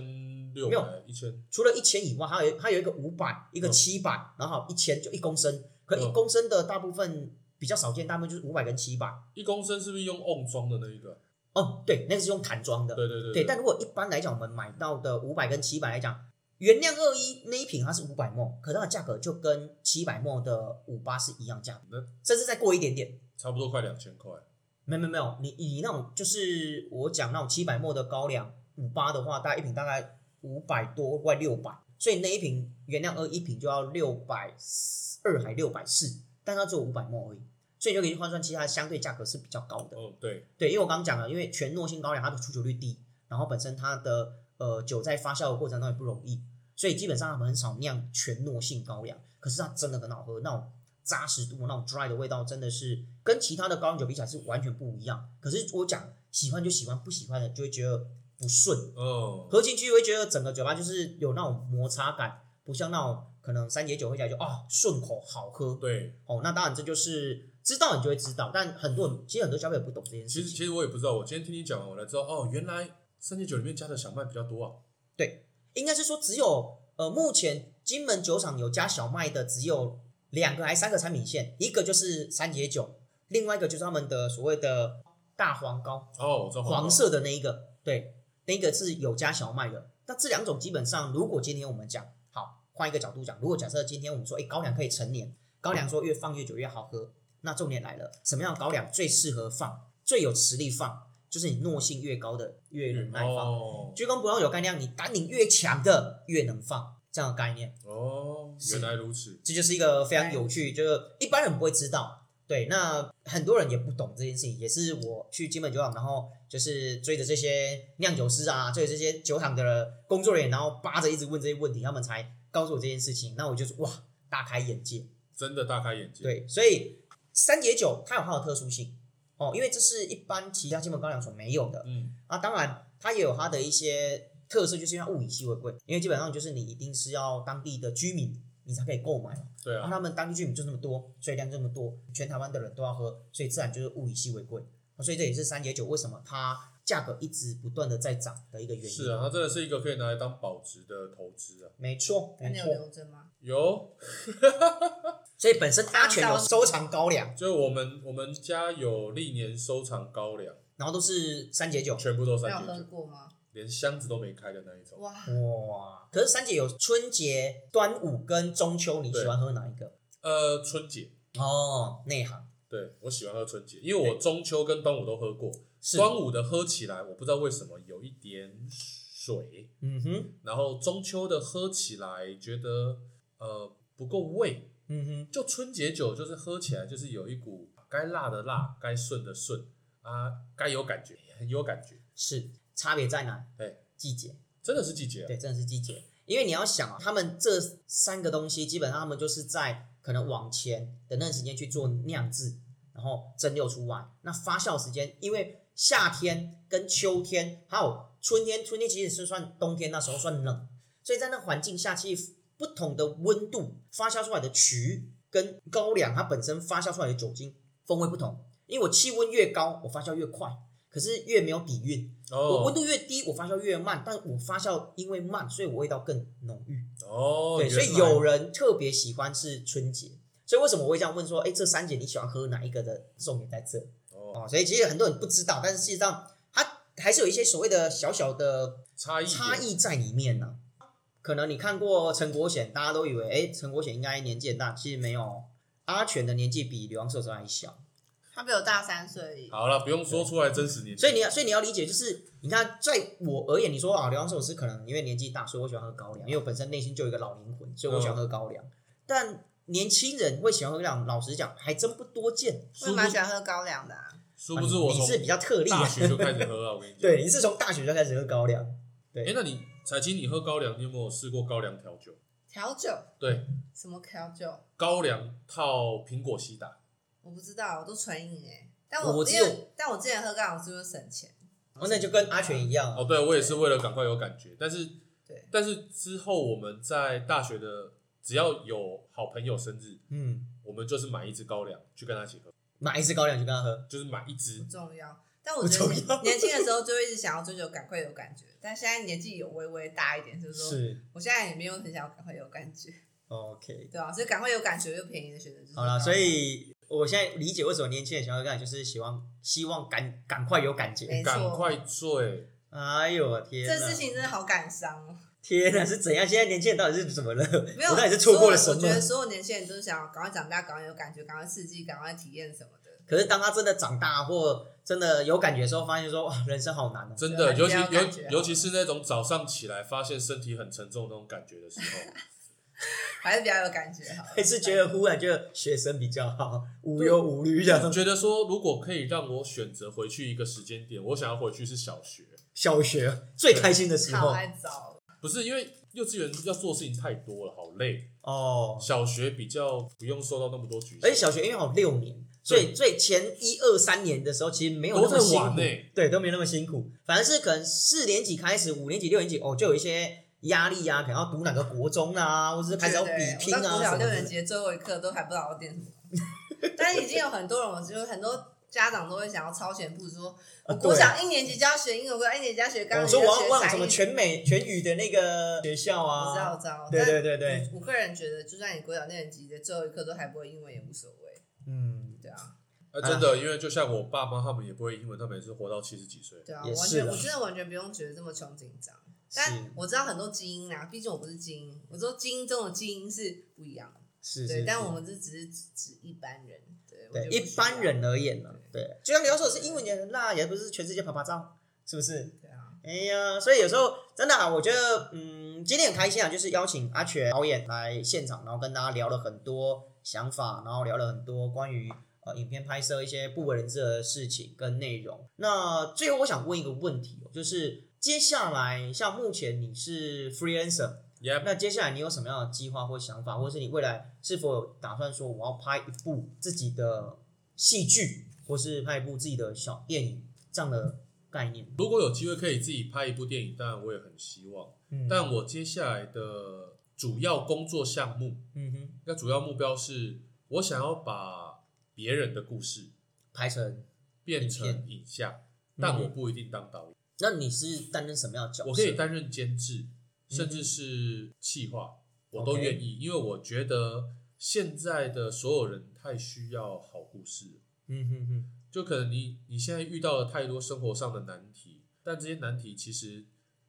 [SPEAKER 3] 六
[SPEAKER 2] 没
[SPEAKER 3] 百
[SPEAKER 2] 有，
[SPEAKER 3] 一千，
[SPEAKER 2] 除了一千以外，还有还有一个五百，一个
[SPEAKER 3] 嗯
[SPEAKER 2] 七百、然后一千就一公升，可一
[SPEAKER 3] 嗯
[SPEAKER 2] 公升的大部分比较少见，大部分就是五百跟七百。
[SPEAKER 3] 一公升是不是用瓮装的那一个？
[SPEAKER 2] 哦，对，那个是用坛装的。
[SPEAKER 3] 对对对
[SPEAKER 2] 呃对，但如果一般来讲，我们买到的五百跟七百来讲，原量二一那一瓶它是五百沫，可是它的价格就跟七百沫的五八是一样价，
[SPEAKER 3] 那
[SPEAKER 2] 格，甚至再过一点点。
[SPEAKER 3] 差不多快两千块，
[SPEAKER 2] 没有没有没有，你以那种就是我讲那种七百沫的高粱五八的话，大概一瓶大概五百多，快六百，所以那一瓶原量二一瓶就要六百二还六百四，但它只有五百沫而已，所以你就可以去换算，其实它相对价格是比较高的。
[SPEAKER 3] 嗯，对，
[SPEAKER 2] 对，因为我刚刚讲了，因为全糯性高粱它的出酒率低，然后本身它的呃酒在发酵的过程中也不容易，所以基本上他们很少酿全糯性高粱。可是它真的很好喝，那种扎实度、那种 dry 的味道，真的是跟其他的高粱酒比起来是完全不一样。可是我讲喜欢就喜欢，不喜欢的就会觉得不顺，
[SPEAKER 3] 嗯，
[SPEAKER 2] 喝进去会觉得整个嘴巴就是有那种摩擦感，不像那种可能三节酒喝起来就啊、顺口好喝。
[SPEAKER 3] 对，
[SPEAKER 2] 哦，那当然这就是知道你就会知道，但很多人其实很多消费者不懂这件事
[SPEAKER 3] 其
[SPEAKER 2] 情。
[SPEAKER 3] 实其实我也不知道，我今天听你讲完，我才知道，哦，原来三千九里面加的小麦比较多啊，
[SPEAKER 2] 应该是说只有呃，目前金门酒厂有加小麦的只有两个还三个产品线，一个就是三节酒，另外一个就是他们的所谓的大黄膏，
[SPEAKER 3] 哦，我知道
[SPEAKER 2] 黄色的那一个，对，那个是有加小麦的。那这两种基本上，如果今天我们讲好，换一个角度讲，如果假设今天我们说，哎，高粱可以陈年，高粱说越放越久越好喝，那重点来了，什么样的高粱最适合放，最有实力放，就是你糯性越高的越能耐放。
[SPEAKER 3] 哦
[SPEAKER 2] 鞠躬不用有干量，你单宁越强的越能放，这样的概念。
[SPEAKER 3] 哦，
[SPEAKER 2] 是
[SPEAKER 3] 原来如此。
[SPEAKER 2] 这就是一个非常有趣，就是一般人不会知道。对，那很多人也不懂这件事情，也是我去金门酒厂，然后就是追着这些酿酒师啊，追着这些酒厂的工作人员，然后扒着一直问这些问题，他们才告诉我这件事情。那我就是哇，大开眼界。
[SPEAKER 3] 真的大开眼界。，
[SPEAKER 2] 对，所以三节酒它有它的特殊性哦，因为这是一般其他金门高粱所没有的。
[SPEAKER 3] 嗯，
[SPEAKER 2] 啊，当然它也有它的一些特色，就是因为它物以稀为贵，因为基本上就是你一定是要当地的居民，你才可以购买嘛。
[SPEAKER 3] 对
[SPEAKER 2] 然后
[SPEAKER 3] 啊，
[SPEAKER 2] 他们当地居民就那么多，所以量就那么多，全台湾的人都要喝，所以自然就是物以稀为贵。啊所以这也是三节酒为什么它价格一直不断的在涨的一个原因。
[SPEAKER 3] 是啊，它真的是一个可以拿来当保值的投资啊。
[SPEAKER 2] 没错，
[SPEAKER 1] 那
[SPEAKER 2] 没
[SPEAKER 1] 你有
[SPEAKER 2] 错。
[SPEAKER 1] 留着吗？
[SPEAKER 3] 有，
[SPEAKER 2] 所以本身阿全有收藏高粱，
[SPEAKER 3] 就我们我们家有历年收藏高粱，
[SPEAKER 2] 然后都是三节酒。
[SPEAKER 3] 全部都
[SPEAKER 1] 没有
[SPEAKER 3] 三
[SPEAKER 1] 喝
[SPEAKER 3] 节酒，
[SPEAKER 1] 过吗？
[SPEAKER 3] 连箱子都没开的那一种。
[SPEAKER 1] 哇，
[SPEAKER 2] 哇！可是三节有春节、端午跟中秋，你喜欢喝哪一个？
[SPEAKER 3] 呃，春节，
[SPEAKER 2] 哦，内行
[SPEAKER 3] 对我喜欢喝春节，因为我中秋跟端午都喝过。
[SPEAKER 2] 是，
[SPEAKER 3] 端午的喝起来，我不知道为什么有一点水，
[SPEAKER 2] 嗯哼，
[SPEAKER 3] 然后中秋的喝起来觉得呃不够味。
[SPEAKER 2] 嗯哼，
[SPEAKER 3] 就春节酒，就是喝起来就是有一股该辣的辣，该顺的顺啊，该有感觉，很有感觉。
[SPEAKER 2] 是差别在哪？
[SPEAKER 3] 对，
[SPEAKER 2] 季节，
[SPEAKER 3] 真的是季节、啊，
[SPEAKER 2] 对，真的是季节。因为你要想啊，他们这三个东西，基本上他们就是在可能往前的那段时间去做酿制，然后蒸馏出来。那发酵时间，因为夏天跟秋天还有春天，春天其实是算冬天，那时候算冷，所以在那环境下，其实不同的温度发酵出来的曲跟高粱它本身发酵出来的酒精风味不同。因为我气温越高，我发酵越快，可是越没有底蕴。我温
[SPEAKER 3] 哦
[SPEAKER 2] 度越低，我发酵越慢，但我发酵因为慢，所以我味道更浓郁。
[SPEAKER 3] 哦，
[SPEAKER 2] 对，
[SPEAKER 3] 原
[SPEAKER 2] 所
[SPEAKER 3] 来
[SPEAKER 2] 以有人特别喜欢是春节。所以为什么我会这样问说，哎，这三节你喜欢喝哪一个的重点在这
[SPEAKER 3] 哦
[SPEAKER 2] 哦？所以其实很多人不知道，但是事实上它还是有一些所谓的小小的
[SPEAKER 3] 差异
[SPEAKER 2] 差异在里面呢、可能你看过陈国显，大家都以为哎，陈国显应该年纪很大，其实没有，哦阿全的年纪比刘洋寿还小。
[SPEAKER 1] 他比我大三岁而已。
[SPEAKER 3] 好了，不用说出来真实年纪，
[SPEAKER 2] 所以你要，所以你要理解，就是你看，在我而言，你说啊，刘洋寿司可能因为年纪大，所以我喜欢喝高粱，因为我本身内心就有一个老灵魂，所以我喜欢喝高粱。但年轻人会喜欢喝高粱，老实讲，还真不多见。
[SPEAKER 1] 我也蛮喜欢喝高粱的、啊，
[SPEAKER 3] 殊不知我
[SPEAKER 2] 你
[SPEAKER 3] 从
[SPEAKER 2] 是比较特例、
[SPEAKER 3] 大
[SPEAKER 2] 啊，
[SPEAKER 3] 学就开始喝啊，我跟你
[SPEAKER 2] [laughs]
[SPEAKER 3] 讲。
[SPEAKER 2] 对，你是从大学就开始喝高粱。对
[SPEAKER 3] 哎，那你彩青，你喝高粱，你有没有试过高粱调酒？
[SPEAKER 1] 调酒
[SPEAKER 3] 对，
[SPEAKER 1] 什么调酒？
[SPEAKER 3] 高粱套苹果西打，
[SPEAKER 1] 我不知道，我都纯饮哎。但
[SPEAKER 2] 我
[SPEAKER 1] 我
[SPEAKER 2] 只
[SPEAKER 1] 之
[SPEAKER 2] 有
[SPEAKER 1] 前，但我之前喝高粱是为了省钱，
[SPEAKER 2] 哦，那就跟阿全一样、
[SPEAKER 3] 哦，
[SPEAKER 2] 啊，
[SPEAKER 3] 对我也是为了赶快有感觉，但是
[SPEAKER 1] 对，
[SPEAKER 3] 但是之后我们在大学的只要有好朋友生日，
[SPEAKER 2] 嗯，
[SPEAKER 3] 我们就是买一支高粱去跟他一起喝，
[SPEAKER 2] 买一支高粱就跟他喝，
[SPEAKER 3] 就是买一支
[SPEAKER 1] 不，重要。但我觉得年年轻的时候就一直想要追求赶快有感觉，但现在年纪有微微大一点，就是说
[SPEAKER 2] 是
[SPEAKER 1] 我现在也没有很想要赶快有感觉，
[SPEAKER 2] OK。
[SPEAKER 1] 对啊，所以赶快有感觉又便宜的选择就是
[SPEAKER 2] 好
[SPEAKER 3] 嗯
[SPEAKER 2] 了，
[SPEAKER 1] 高粱
[SPEAKER 2] 所以我现在理解为什么年轻人喜欢喝高粱，就是希望希望赶赶快有感觉。
[SPEAKER 1] 没
[SPEAKER 3] 赶
[SPEAKER 1] 错，
[SPEAKER 3] 快醉，
[SPEAKER 2] 哎呦我天哪！
[SPEAKER 1] 这事情真的好感伤哦。
[SPEAKER 2] 天啊哪，是怎样？现在年轻人到底是怎么了？
[SPEAKER 1] [laughs] 没有，
[SPEAKER 2] 我到底是错过了什
[SPEAKER 1] 所有我觉得
[SPEAKER 2] 么？
[SPEAKER 1] 所有年轻人都是想要赶快长大，赶快有感觉，赶快刺激，赶快体验什么的。
[SPEAKER 2] 可是当他真的长大或真的有感觉的时候，发现说哇，人生好难哦。
[SPEAKER 3] 真的，
[SPEAKER 1] 对
[SPEAKER 3] 尤
[SPEAKER 1] 啊
[SPEAKER 3] 其
[SPEAKER 1] 这样感觉
[SPEAKER 3] 尤
[SPEAKER 1] 啊
[SPEAKER 3] 尤其是那种早上起来发现身体很沉重的那种感觉的时候，
[SPEAKER 1] 还是比较有感觉好。
[SPEAKER 2] [laughs] 还是觉得忽然觉得学生比较好，无忧无虑这
[SPEAKER 3] 我
[SPEAKER 2] 样。
[SPEAKER 3] 觉得说，如果可以让我选择回去一个时间点，我想要回去是小学，
[SPEAKER 2] 小学最开心的时
[SPEAKER 1] 靠
[SPEAKER 2] 候
[SPEAKER 1] 太早了，
[SPEAKER 3] 不是因为幼稚园要做的事情太多了，好累。
[SPEAKER 2] 哦，
[SPEAKER 3] 小学比较不用受到那么多局限，
[SPEAKER 2] 而哎且小学因为好六年，所以所以前一二三年的时候其实没有那么
[SPEAKER 3] 都在
[SPEAKER 2] 辛
[SPEAKER 3] 玩
[SPEAKER 2] 苦
[SPEAKER 3] 欸，
[SPEAKER 2] 对，都没那么辛苦。反正是可能四年级开始，五年级、六年级哦，就有一些压力啊，可能要读哪个国中啊，或者是开始要比拼
[SPEAKER 1] 对
[SPEAKER 2] 啊
[SPEAKER 1] 我到
[SPEAKER 2] 什
[SPEAKER 1] 国
[SPEAKER 2] 么
[SPEAKER 1] 小六
[SPEAKER 2] 的 [laughs]
[SPEAKER 1] 年。级的最后一刻都还不知道我点什么，但是已经有很多人，我觉得很多家长都会想要超前部署，说
[SPEAKER 2] 呃
[SPEAKER 1] 我
[SPEAKER 2] 对。
[SPEAKER 1] 想一年级就要学英文，我一年级就要学钢
[SPEAKER 2] 我
[SPEAKER 1] 琴，
[SPEAKER 2] 哦说
[SPEAKER 1] 就
[SPEAKER 2] 我
[SPEAKER 1] 要
[SPEAKER 2] 要
[SPEAKER 1] 学
[SPEAKER 2] 我想
[SPEAKER 1] 才
[SPEAKER 2] 什么
[SPEAKER 1] 艺
[SPEAKER 2] 全啊美全语的那个学校
[SPEAKER 1] 我知道，我
[SPEAKER 2] 啊，
[SPEAKER 1] 知道。
[SPEAKER 2] 对
[SPEAKER 1] 但
[SPEAKER 2] 对对对，
[SPEAKER 1] 我个人觉得，就算你国小六年级的最后一课都还不会英文，也无所谓。
[SPEAKER 2] 嗯，
[SPEAKER 1] 对啊，
[SPEAKER 3] 啊，真的，因为就像我爸妈他们也不会英文，他们也是活到七十几岁。
[SPEAKER 1] 对啊，
[SPEAKER 2] 也
[SPEAKER 1] 我完
[SPEAKER 2] 是
[SPEAKER 1] 全，
[SPEAKER 2] 啦
[SPEAKER 1] 我真的完全不用觉得这么穷紧张。但
[SPEAKER 2] 是
[SPEAKER 1] 我知道很多基因啊，毕竟我不是基因，我说基因中的基因是不一样的。
[SPEAKER 2] 是
[SPEAKER 1] 对，
[SPEAKER 2] 是，
[SPEAKER 1] 但
[SPEAKER 2] 是
[SPEAKER 1] 我们这只是指指一般人，对我
[SPEAKER 2] 对
[SPEAKER 1] 觉得
[SPEAKER 2] 一
[SPEAKER 1] 不需
[SPEAKER 2] 般
[SPEAKER 1] 要
[SPEAKER 2] 人而言呢，对，就像你要说的是英文也很辣，也不是全世界啪啪照，是不是？
[SPEAKER 1] 对啊，
[SPEAKER 2] 哎呀，所以有时候真的、啊，我觉得，嗯，今天很开心啊，就是邀请阿全导演来现场，然后跟大家聊了很多想法，然后聊了很多关于呃影片拍摄一些不为人知的事情跟内容。那最后我想问一个问题哦，就是接下来像目前你是 freelancer，
[SPEAKER 3] Yep，
[SPEAKER 2] 那接下来你有什么样的计划或想法，或是你未来是否有打算说我要拍一部自己的戏剧，或是拍一部自己的小电影这样的概念？
[SPEAKER 3] 如果有机会可以自己拍一部电影，当然我也很希望。
[SPEAKER 2] 嗯
[SPEAKER 3] 但我接下来的主要工作项目，
[SPEAKER 2] 嗯哼。
[SPEAKER 3] 那主要目标是我想要把别人的故事
[SPEAKER 2] 拍成。
[SPEAKER 3] 变成影像，但我不一定当导演，
[SPEAKER 2] 嗯那你是担任什么样的角色？
[SPEAKER 3] 我可以担任监制，甚至是企划，我都
[SPEAKER 2] OK
[SPEAKER 3] 愿意，因为我觉得现在的所有人太需要好故事了。
[SPEAKER 2] 嗯哼哼，
[SPEAKER 3] 就可能你你现在遇到了太多生活上的难题，但这些难题其实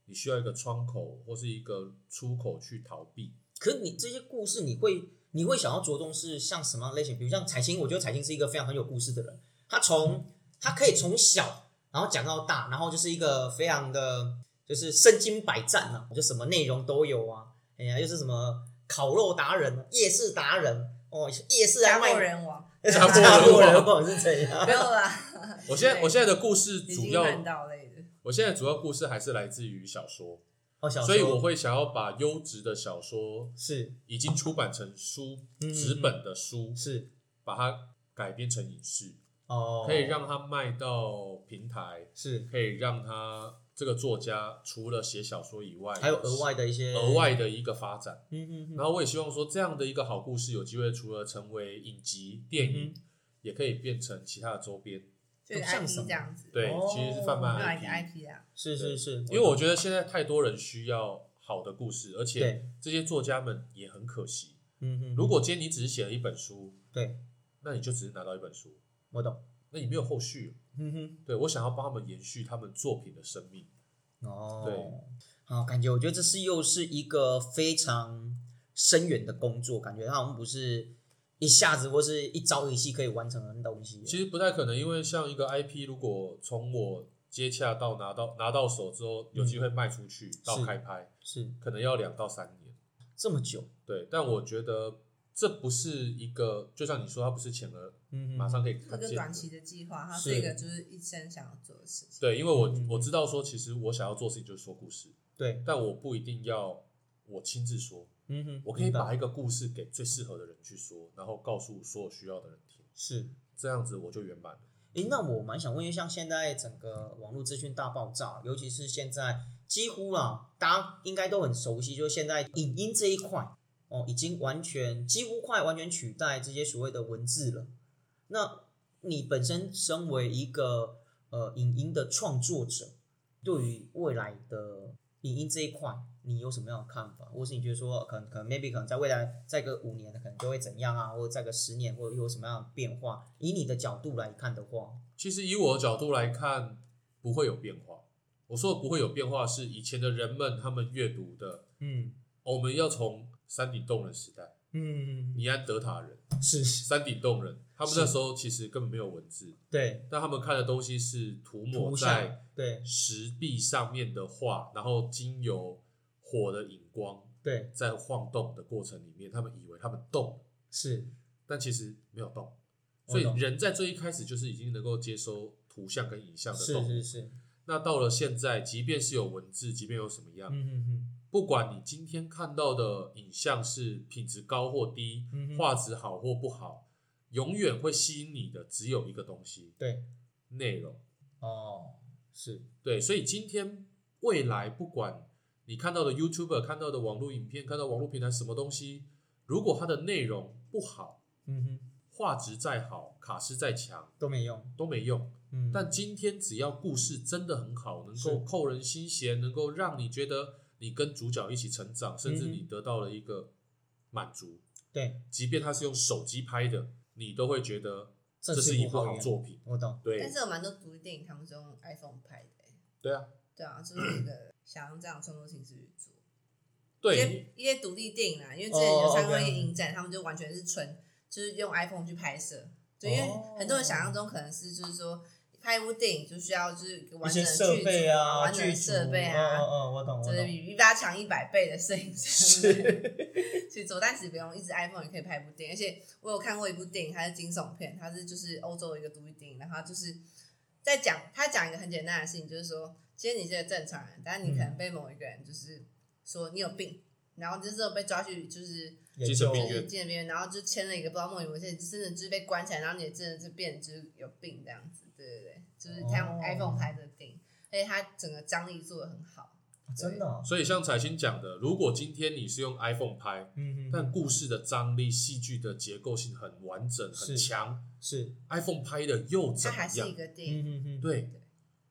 [SPEAKER 3] 你需要一个窗口或是一个出口去逃避。
[SPEAKER 2] 可是你这些故事，你会你会想要着重是像什么样的类型？比如像彩青，我觉得彩青是一个非常很有故事的人，他从他可以从小然后讲到大，然后就是一个非常的就是身经百战啊，就什么内容都有啊。哎呀，又是什么烤肉达人、啊夜市达人哦，夜市
[SPEAKER 1] 家
[SPEAKER 2] 还
[SPEAKER 1] 破 [laughs]
[SPEAKER 2] 卖
[SPEAKER 1] 人
[SPEAKER 2] [laughs]
[SPEAKER 1] 亡，
[SPEAKER 3] 家破
[SPEAKER 2] 家破
[SPEAKER 3] 人
[SPEAKER 2] 人亡是怎样？
[SPEAKER 1] 没有啦，
[SPEAKER 3] 我现在
[SPEAKER 1] 对
[SPEAKER 3] 我现在的故事
[SPEAKER 1] 已
[SPEAKER 3] 主
[SPEAKER 1] 经看
[SPEAKER 3] 要，
[SPEAKER 1] 到类的。
[SPEAKER 3] 我现在主要故事还是来自于小说，
[SPEAKER 2] 哦，小
[SPEAKER 3] 所以我
[SPEAKER 2] 会
[SPEAKER 3] 会想要把优质的小说
[SPEAKER 2] 是
[SPEAKER 3] 已经出版成书，
[SPEAKER 2] 嗯
[SPEAKER 3] 纸本的书，
[SPEAKER 2] 是
[SPEAKER 3] 把它改编成影视，
[SPEAKER 2] 哦，
[SPEAKER 3] 可以让它卖到平台，
[SPEAKER 2] 是
[SPEAKER 3] 可以让它这个作家除了写小说以外，
[SPEAKER 2] 还有额外的一些
[SPEAKER 3] 额外的一个发展。
[SPEAKER 2] 嗯嗯嗯
[SPEAKER 3] 然后我也希望说，这样的一个好故事，有机会除了成为影集、电
[SPEAKER 2] 嗯
[SPEAKER 3] 影，也可以变成其他的周边。
[SPEAKER 1] 就是
[SPEAKER 2] 像什
[SPEAKER 1] IP
[SPEAKER 2] 么
[SPEAKER 1] 这样子，
[SPEAKER 3] 对，
[SPEAKER 2] 哦
[SPEAKER 3] 其实是贩
[SPEAKER 1] 没有
[SPEAKER 3] 卖 IP，
[SPEAKER 1] IP 啊，
[SPEAKER 2] 是是是，
[SPEAKER 3] 因为我觉得现在太多人需要好的故事，而且
[SPEAKER 2] 对
[SPEAKER 3] 这些作家们也很可惜。
[SPEAKER 2] 嗯嗯，
[SPEAKER 3] 如果今天你只是写了一本书，
[SPEAKER 2] 对，
[SPEAKER 3] 那你就只是拿到一本书，
[SPEAKER 2] 我懂，
[SPEAKER 3] 那你没有后续。
[SPEAKER 2] 嗯哼，
[SPEAKER 3] 对我想要帮他们延续他们作品的生命。
[SPEAKER 2] 哦，
[SPEAKER 3] 对，
[SPEAKER 2] 好，感觉我觉得这是又是一个非常深远的工作，感觉它好像不是一下子或是一朝一夕可以完成的东西。
[SPEAKER 3] 其实不太可能，因为像一个 IP，如果从我接洽到拿到拿到手之后，有机会卖出去到
[SPEAKER 2] 嗯是
[SPEAKER 3] 开拍，
[SPEAKER 2] 是
[SPEAKER 3] 可能要两到三年。
[SPEAKER 2] 这么久，
[SPEAKER 3] 对，但我觉得这不是一个，就像你说，它不是前额
[SPEAKER 2] 嗯哼
[SPEAKER 3] 马上可以
[SPEAKER 1] 一
[SPEAKER 3] 看
[SPEAKER 1] 个
[SPEAKER 3] 见
[SPEAKER 1] 短
[SPEAKER 3] 的。
[SPEAKER 1] 期的计划，它是
[SPEAKER 2] 是
[SPEAKER 1] 一个就是一生想要做的事情。
[SPEAKER 3] 对，因为我
[SPEAKER 2] 嗯
[SPEAKER 3] 我知道说，其实我想要做的事情就是说故事，
[SPEAKER 2] 对，
[SPEAKER 3] 但我不一定要我亲自说，
[SPEAKER 2] 嗯哼，
[SPEAKER 3] 我可以
[SPEAKER 2] 明白
[SPEAKER 3] 把一个故事给最适合的人去说，然后告诉所有需要的人听，
[SPEAKER 2] 是
[SPEAKER 3] 这样子我就圆满了。
[SPEAKER 2] 诶，那我蛮想问，因为像现在整个网络资讯大爆炸，尤其是现在几乎啦，大家应该都很熟悉，就是现在影音这一块哦，已经完全几乎快完全取代这些所谓的文字了。那你本身身为一个呃影音的创作者，对于未来的影音这一块，你有什么样的看法？或是你觉得说，可能可能 maybe 可能在未来再个五年，可能就会怎样啊？或者再个十年，或者有什么样的变化？以你的角度来看的话，
[SPEAKER 3] 其实以我的角度来看，不会有变化。我说的不会有变化，是以前的人们他们阅读的，
[SPEAKER 2] 嗯
[SPEAKER 3] 我们要从山顶洞人时代，
[SPEAKER 2] 嗯，
[SPEAKER 3] 尼安德塔人。
[SPEAKER 2] 是是，
[SPEAKER 3] 山顶洞人，他们那
[SPEAKER 2] 是
[SPEAKER 3] 时候其实根本没有文字，
[SPEAKER 2] 对，
[SPEAKER 3] 但他们看的东西是涂抹
[SPEAKER 2] 图
[SPEAKER 3] 在
[SPEAKER 2] 像，对
[SPEAKER 3] 石壁上面的画，然后经由火的影光
[SPEAKER 2] 对
[SPEAKER 3] 在晃动的过程里面，他们以为他们动了，
[SPEAKER 2] 是，
[SPEAKER 3] 但其实没有动。
[SPEAKER 2] 我
[SPEAKER 3] 所以
[SPEAKER 2] 懂
[SPEAKER 3] 人在最一开始就是已经能够接收图像跟影像的
[SPEAKER 2] 是
[SPEAKER 3] 动
[SPEAKER 2] 是
[SPEAKER 3] 物。
[SPEAKER 2] 是，
[SPEAKER 3] 那到了现在，即便是有文字，即便有什么样，
[SPEAKER 2] 嗯嗯嗯，
[SPEAKER 3] 不管你今天看到的影像是品质高或低
[SPEAKER 2] 嗯，哼
[SPEAKER 3] 画质好或不好，永远会吸引你的只有一个东西
[SPEAKER 2] 对，
[SPEAKER 3] ——内容。
[SPEAKER 2] 哦，是，
[SPEAKER 3] 对，所以今天未来不管你看到的 YouTuber、看到的网络影片、看到网络平台什么东西，如果它的内容不好，
[SPEAKER 2] 嗯哼，
[SPEAKER 3] 画质再好，卡斯再强
[SPEAKER 2] 都没用。
[SPEAKER 3] 都没用。
[SPEAKER 2] 嗯，
[SPEAKER 3] 但今天只要故事真的很好，能
[SPEAKER 2] 是
[SPEAKER 3] 够扣人心弦，能够让你觉得你跟主角一起成长，甚至
[SPEAKER 2] 嗯哼
[SPEAKER 3] 你得到了一个满足，
[SPEAKER 2] 对，
[SPEAKER 3] 即便它是用手机拍的，你都会觉得
[SPEAKER 2] 这
[SPEAKER 3] 是
[SPEAKER 2] 是
[SPEAKER 3] 一
[SPEAKER 2] 一
[SPEAKER 3] 部
[SPEAKER 2] 部
[SPEAKER 3] 好
[SPEAKER 2] 好
[SPEAKER 3] 作品。
[SPEAKER 2] 我懂。
[SPEAKER 1] 但
[SPEAKER 3] 对，
[SPEAKER 1] 是有蛮多独立电影他们是用 iPhone 拍的、欸，
[SPEAKER 3] 对啊，
[SPEAKER 1] 对啊，就是一个想要这样创作形式去做。一
[SPEAKER 3] 对
[SPEAKER 1] 些一些独立电影啊啦，因为之前有参观一
[SPEAKER 2] 哦
[SPEAKER 1] 些
[SPEAKER 2] ，OK
[SPEAKER 1] 影展，他们就完全是纯就是用 iPhone 去拍摄，对，因为
[SPEAKER 2] 哦
[SPEAKER 1] 很多人想象中可能是就是说拍一部电影就需要就是一个
[SPEAKER 2] 一
[SPEAKER 1] 完整
[SPEAKER 2] 些
[SPEAKER 1] 的
[SPEAKER 2] 设
[SPEAKER 1] 剧
[SPEAKER 2] 备
[SPEAKER 1] 组啊，
[SPEAKER 2] 啊，
[SPEAKER 1] 完整
[SPEAKER 2] 剧
[SPEAKER 1] 的
[SPEAKER 2] 组
[SPEAKER 1] 设备
[SPEAKER 2] 嗯嗯
[SPEAKER 1] 啊，
[SPEAKER 2] 嗯，我懂，我
[SPEAKER 1] 就是
[SPEAKER 2] 懂。
[SPEAKER 1] 比 Viva 强一百倍的摄影师去做，但是不用一直 iPhone 也可以拍一部电影，而且我有看过一部电影，它是惊悚片，它是就是欧洲的一个独立电影，然后它就是在讲他讲一个很简单的事情，就是说，其实你是个正常人，但是你可
[SPEAKER 2] 嗯
[SPEAKER 1] 能被某一个人就是说你有病，然后就是被抓去就是
[SPEAKER 2] 研
[SPEAKER 3] 精神
[SPEAKER 2] 究
[SPEAKER 3] 病
[SPEAKER 1] 就是
[SPEAKER 3] 院
[SPEAKER 1] 见面，然后就签了一个不知道莫名文献，真的就是被关起来，然后你也真的是变就是有病这样子，对对对，就是他用
[SPEAKER 2] 哦
[SPEAKER 1] iPhone 拍的电影，而且他整个张力做的很好。
[SPEAKER 2] 真的哦，
[SPEAKER 3] 所以像彩星讲的，如果今天你是用 iPhone 拍，
[SPEAKER 2] 嗯嗯，
[SPEAKER 3] 但故事的张力、戏剧的结构性很完整、很
[SPEAKER 2] 是
[SPEAKER 3] 强
[SPEAKER 2] 是，
[SPEAKER 3] ，iPhone 拍的又
[SPEAKER 1] 它
[SPEAKER 3] 怎么
[SPEAKER 1] 还是一
[SPEAKER 3] 样？
[SPEAKER 1] 个电影，
[SPEAKER 2] 嗯嗯嗯，
[SPEAKER 3] 对
[SPEAKER 1] 而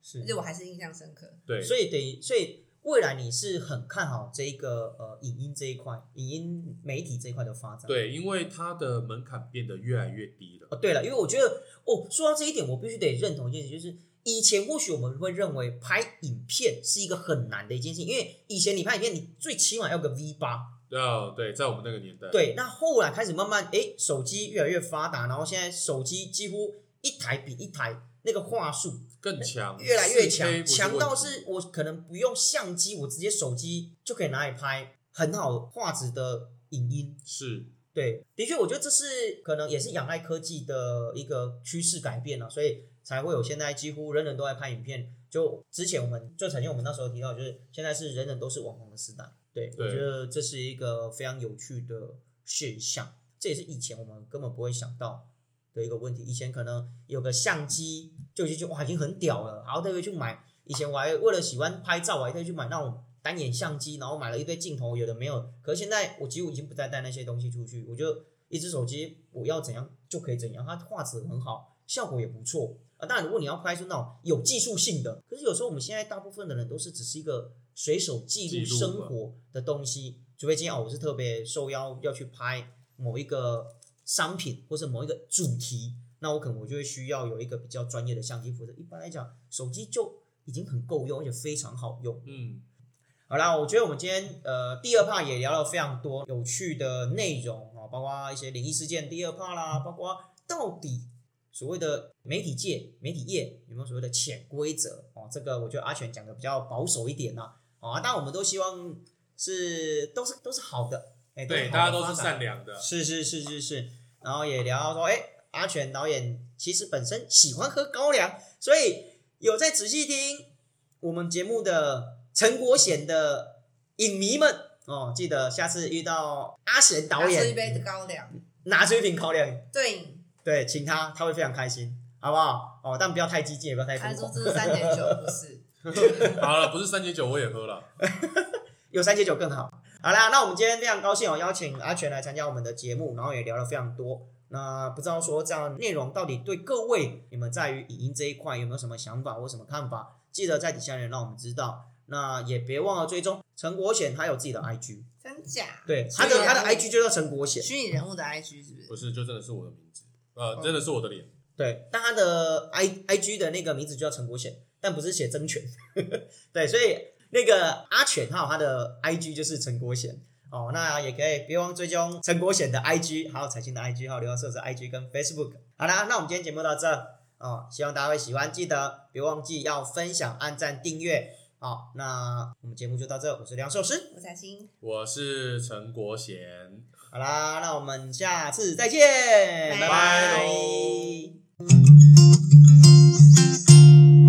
[SPEAKER 2] 是
[SPEAKER 1] 且。我还是印象深刻。
[SPEAKER 3] 对，
[SPEAKER 2] 所以等于，所以未来你是很看好这一个呃影音这一块，影音媒体这一块的发展。。
[SPEAKER 3] 对，因为它的门槛变得越来越低了。
[SPEAKER 2] 哦，对了，因为我觉得，哦，说到这一点，我必须得认同一件事，就是以前或许我们会认为拍影片是一个很难的一件事情，因为以前你拍影片，你最起码要个 V 八。
[SPEAKER 3] 哦，对，在我们那个年代，
[SPEAKER 2] 对，那后来开始慢慢，哎，手机越来越发达，然后现在手机几乎一台比一台那个画术
[SPEAKER 3] 更强，
[SPEAKER 2] 越来越
[SPEAKER 3] 4K
[SPEAKER 2] 强，
[SPEAKER 3] 啊不是
[SPEAKER 2] 强到
[SPEAKER 3] 问题
[SPEAKER 2] 是我可能不用相机，我直接手机就可以拿来拍很好画质的影音。
[SPEAKER 3] 是
[SPEAKER 2] 对，的确，我觉得这是可能也是仰赖科技的一个趋势改变了、所以才会有现在几乎人人都在拍影片。就之前我们就曾经我们那时候提到，就是现在是人人都是网红的时代。对，
[SPEAKER 3] 对
[SPEAKER 2] 我觉得这是一个非常有趣的现象，这也是以前我们根本不会想到的一个问题。以前可能有个相机就已经觉得哇已经很屌了，然后特别去买。以前我还为了喜欢拍照，我还特意去买那种单眼相机，然后买了一堆镜头，有的没有。可是现在我几乎已经不再带那些东西出去，我就一只手机，我要怎样就可以怎样，它画质很好，效果也不错啊。当然，如果你要拍出那种有技术性的，可是有时候我们现在大部分的人都是只是一个随手记录
[SPEAKER 3] 记录
[SPEAKER 2] 生
[SPEAKER 3] 嘛
[SPEAKER 2] 活的东西，除非今天哦我是特别受邀要去拍某一个商品或者某一个主题，那我可能我就会需要有一个比较专业的相机，否则一般来讲，手机就已经很够用，而且非常好用。
[SPEAKER 3] 嗯，
[SPEAKER 2] 好啦，我觉得我们今天呃第二 part 也聊了非常多有趣的内容啊，包括一些灵异事件第二 part 啦，
[SPEAKER 3] 嗯
[SPEAKER 2] 包括到底所谓的媒体界、媒体业有没有所谓的潜规则哦，这个我觉得阿全讲的比较保守一点啦、好啊，但我们都希望是都是都是好的，哎、
[SPEAKER 3] 对，
[SPEAKER 2] 好的
[SPEAKER 3] 大家都是
[SPEAKER 2] 发展
[SPEAKER 3] 善良
[SPEAKER 2] [laughs]
[SPEAKER 1] 啊
[SPEAKER 3] 的，
[SPEAKER 2] 是是是是是，然后也聊到说，哎，阿全导演其实本身喜欢喝高粱，所以有在仔细听我们节目的陈国贤的影迷们哦，记得下次遇到阿贤导
[SPEAKER 1] 拿出一杯
[SPEAKER 2] 演，
[SPEAKER 1] 高粱，
[SPEAKER 2] 拿出一瓶高粱，
[SPEAKER 1] 对饮，
[SPEAKER 2] 对，请他，他会非常开心，好不好？哦，但不要太激进，也不要太
[SPEAKER 1] 他
[SPEAKER 2] 疯
[SPEAKER 1] 说
[SPEAKER 2] 狂。
[SPEAKER 1] 这是三点九，不是？
[SPEAKER 3] 好了，不是三节酒我也喝了，
[SPEAKER 2] 有三节酒更好。好啦，那我们今天非常高兴哦，邀请阿全来参加我们的节目，然后也聊了非常多。那不知道说这样内容到底对各位你们在于影音这一块有没有什么想法或什么看法？记得在底下留言让我们知道。那也别忘了追踪陈国显，他有自己的 IG，
[SPEAKER 1] 真假？
[SPEAKER 2] 对，
[SPEAKER 1] 虚
[SPEAKER 2] 他
[SPEAKER 1] 拟
[SPEAKER 2] 的他的
[SPEAKER 1] 人物
[SPEAKER 2] IG 就叫陈国显，
[SPEAKER 1] 虚拟人物的 IG 是不是？
[SPEAKER 3] 不是，就真的是我的名字，呃，真的是我的脸，
[SPEAKER 2] 对，但他的 I IG 的那个名字就叫陈国显，但不是写曾权， [laughs] 对，所以那个阿犬还有他的 IG 就是陈国显哦，那也可以别忘追踪陈国显的 IG，还有彩星的 IG，还有流浪社的 IG 跟 Facebook。好啦，那我们今天节目到这哦，希望大家会喜欢，记得别忘记要分享、按赞、订阅。好，那我们节目就到这，我是梁寿师。
[SPEAKER 1] 我才星，
[SPEAKER 3] 我是陈国贤，
[SPEAKER 2] 好啦，那我们下次再见，
[SPEAKER 1] 拜
[SPEAKER 2] 拜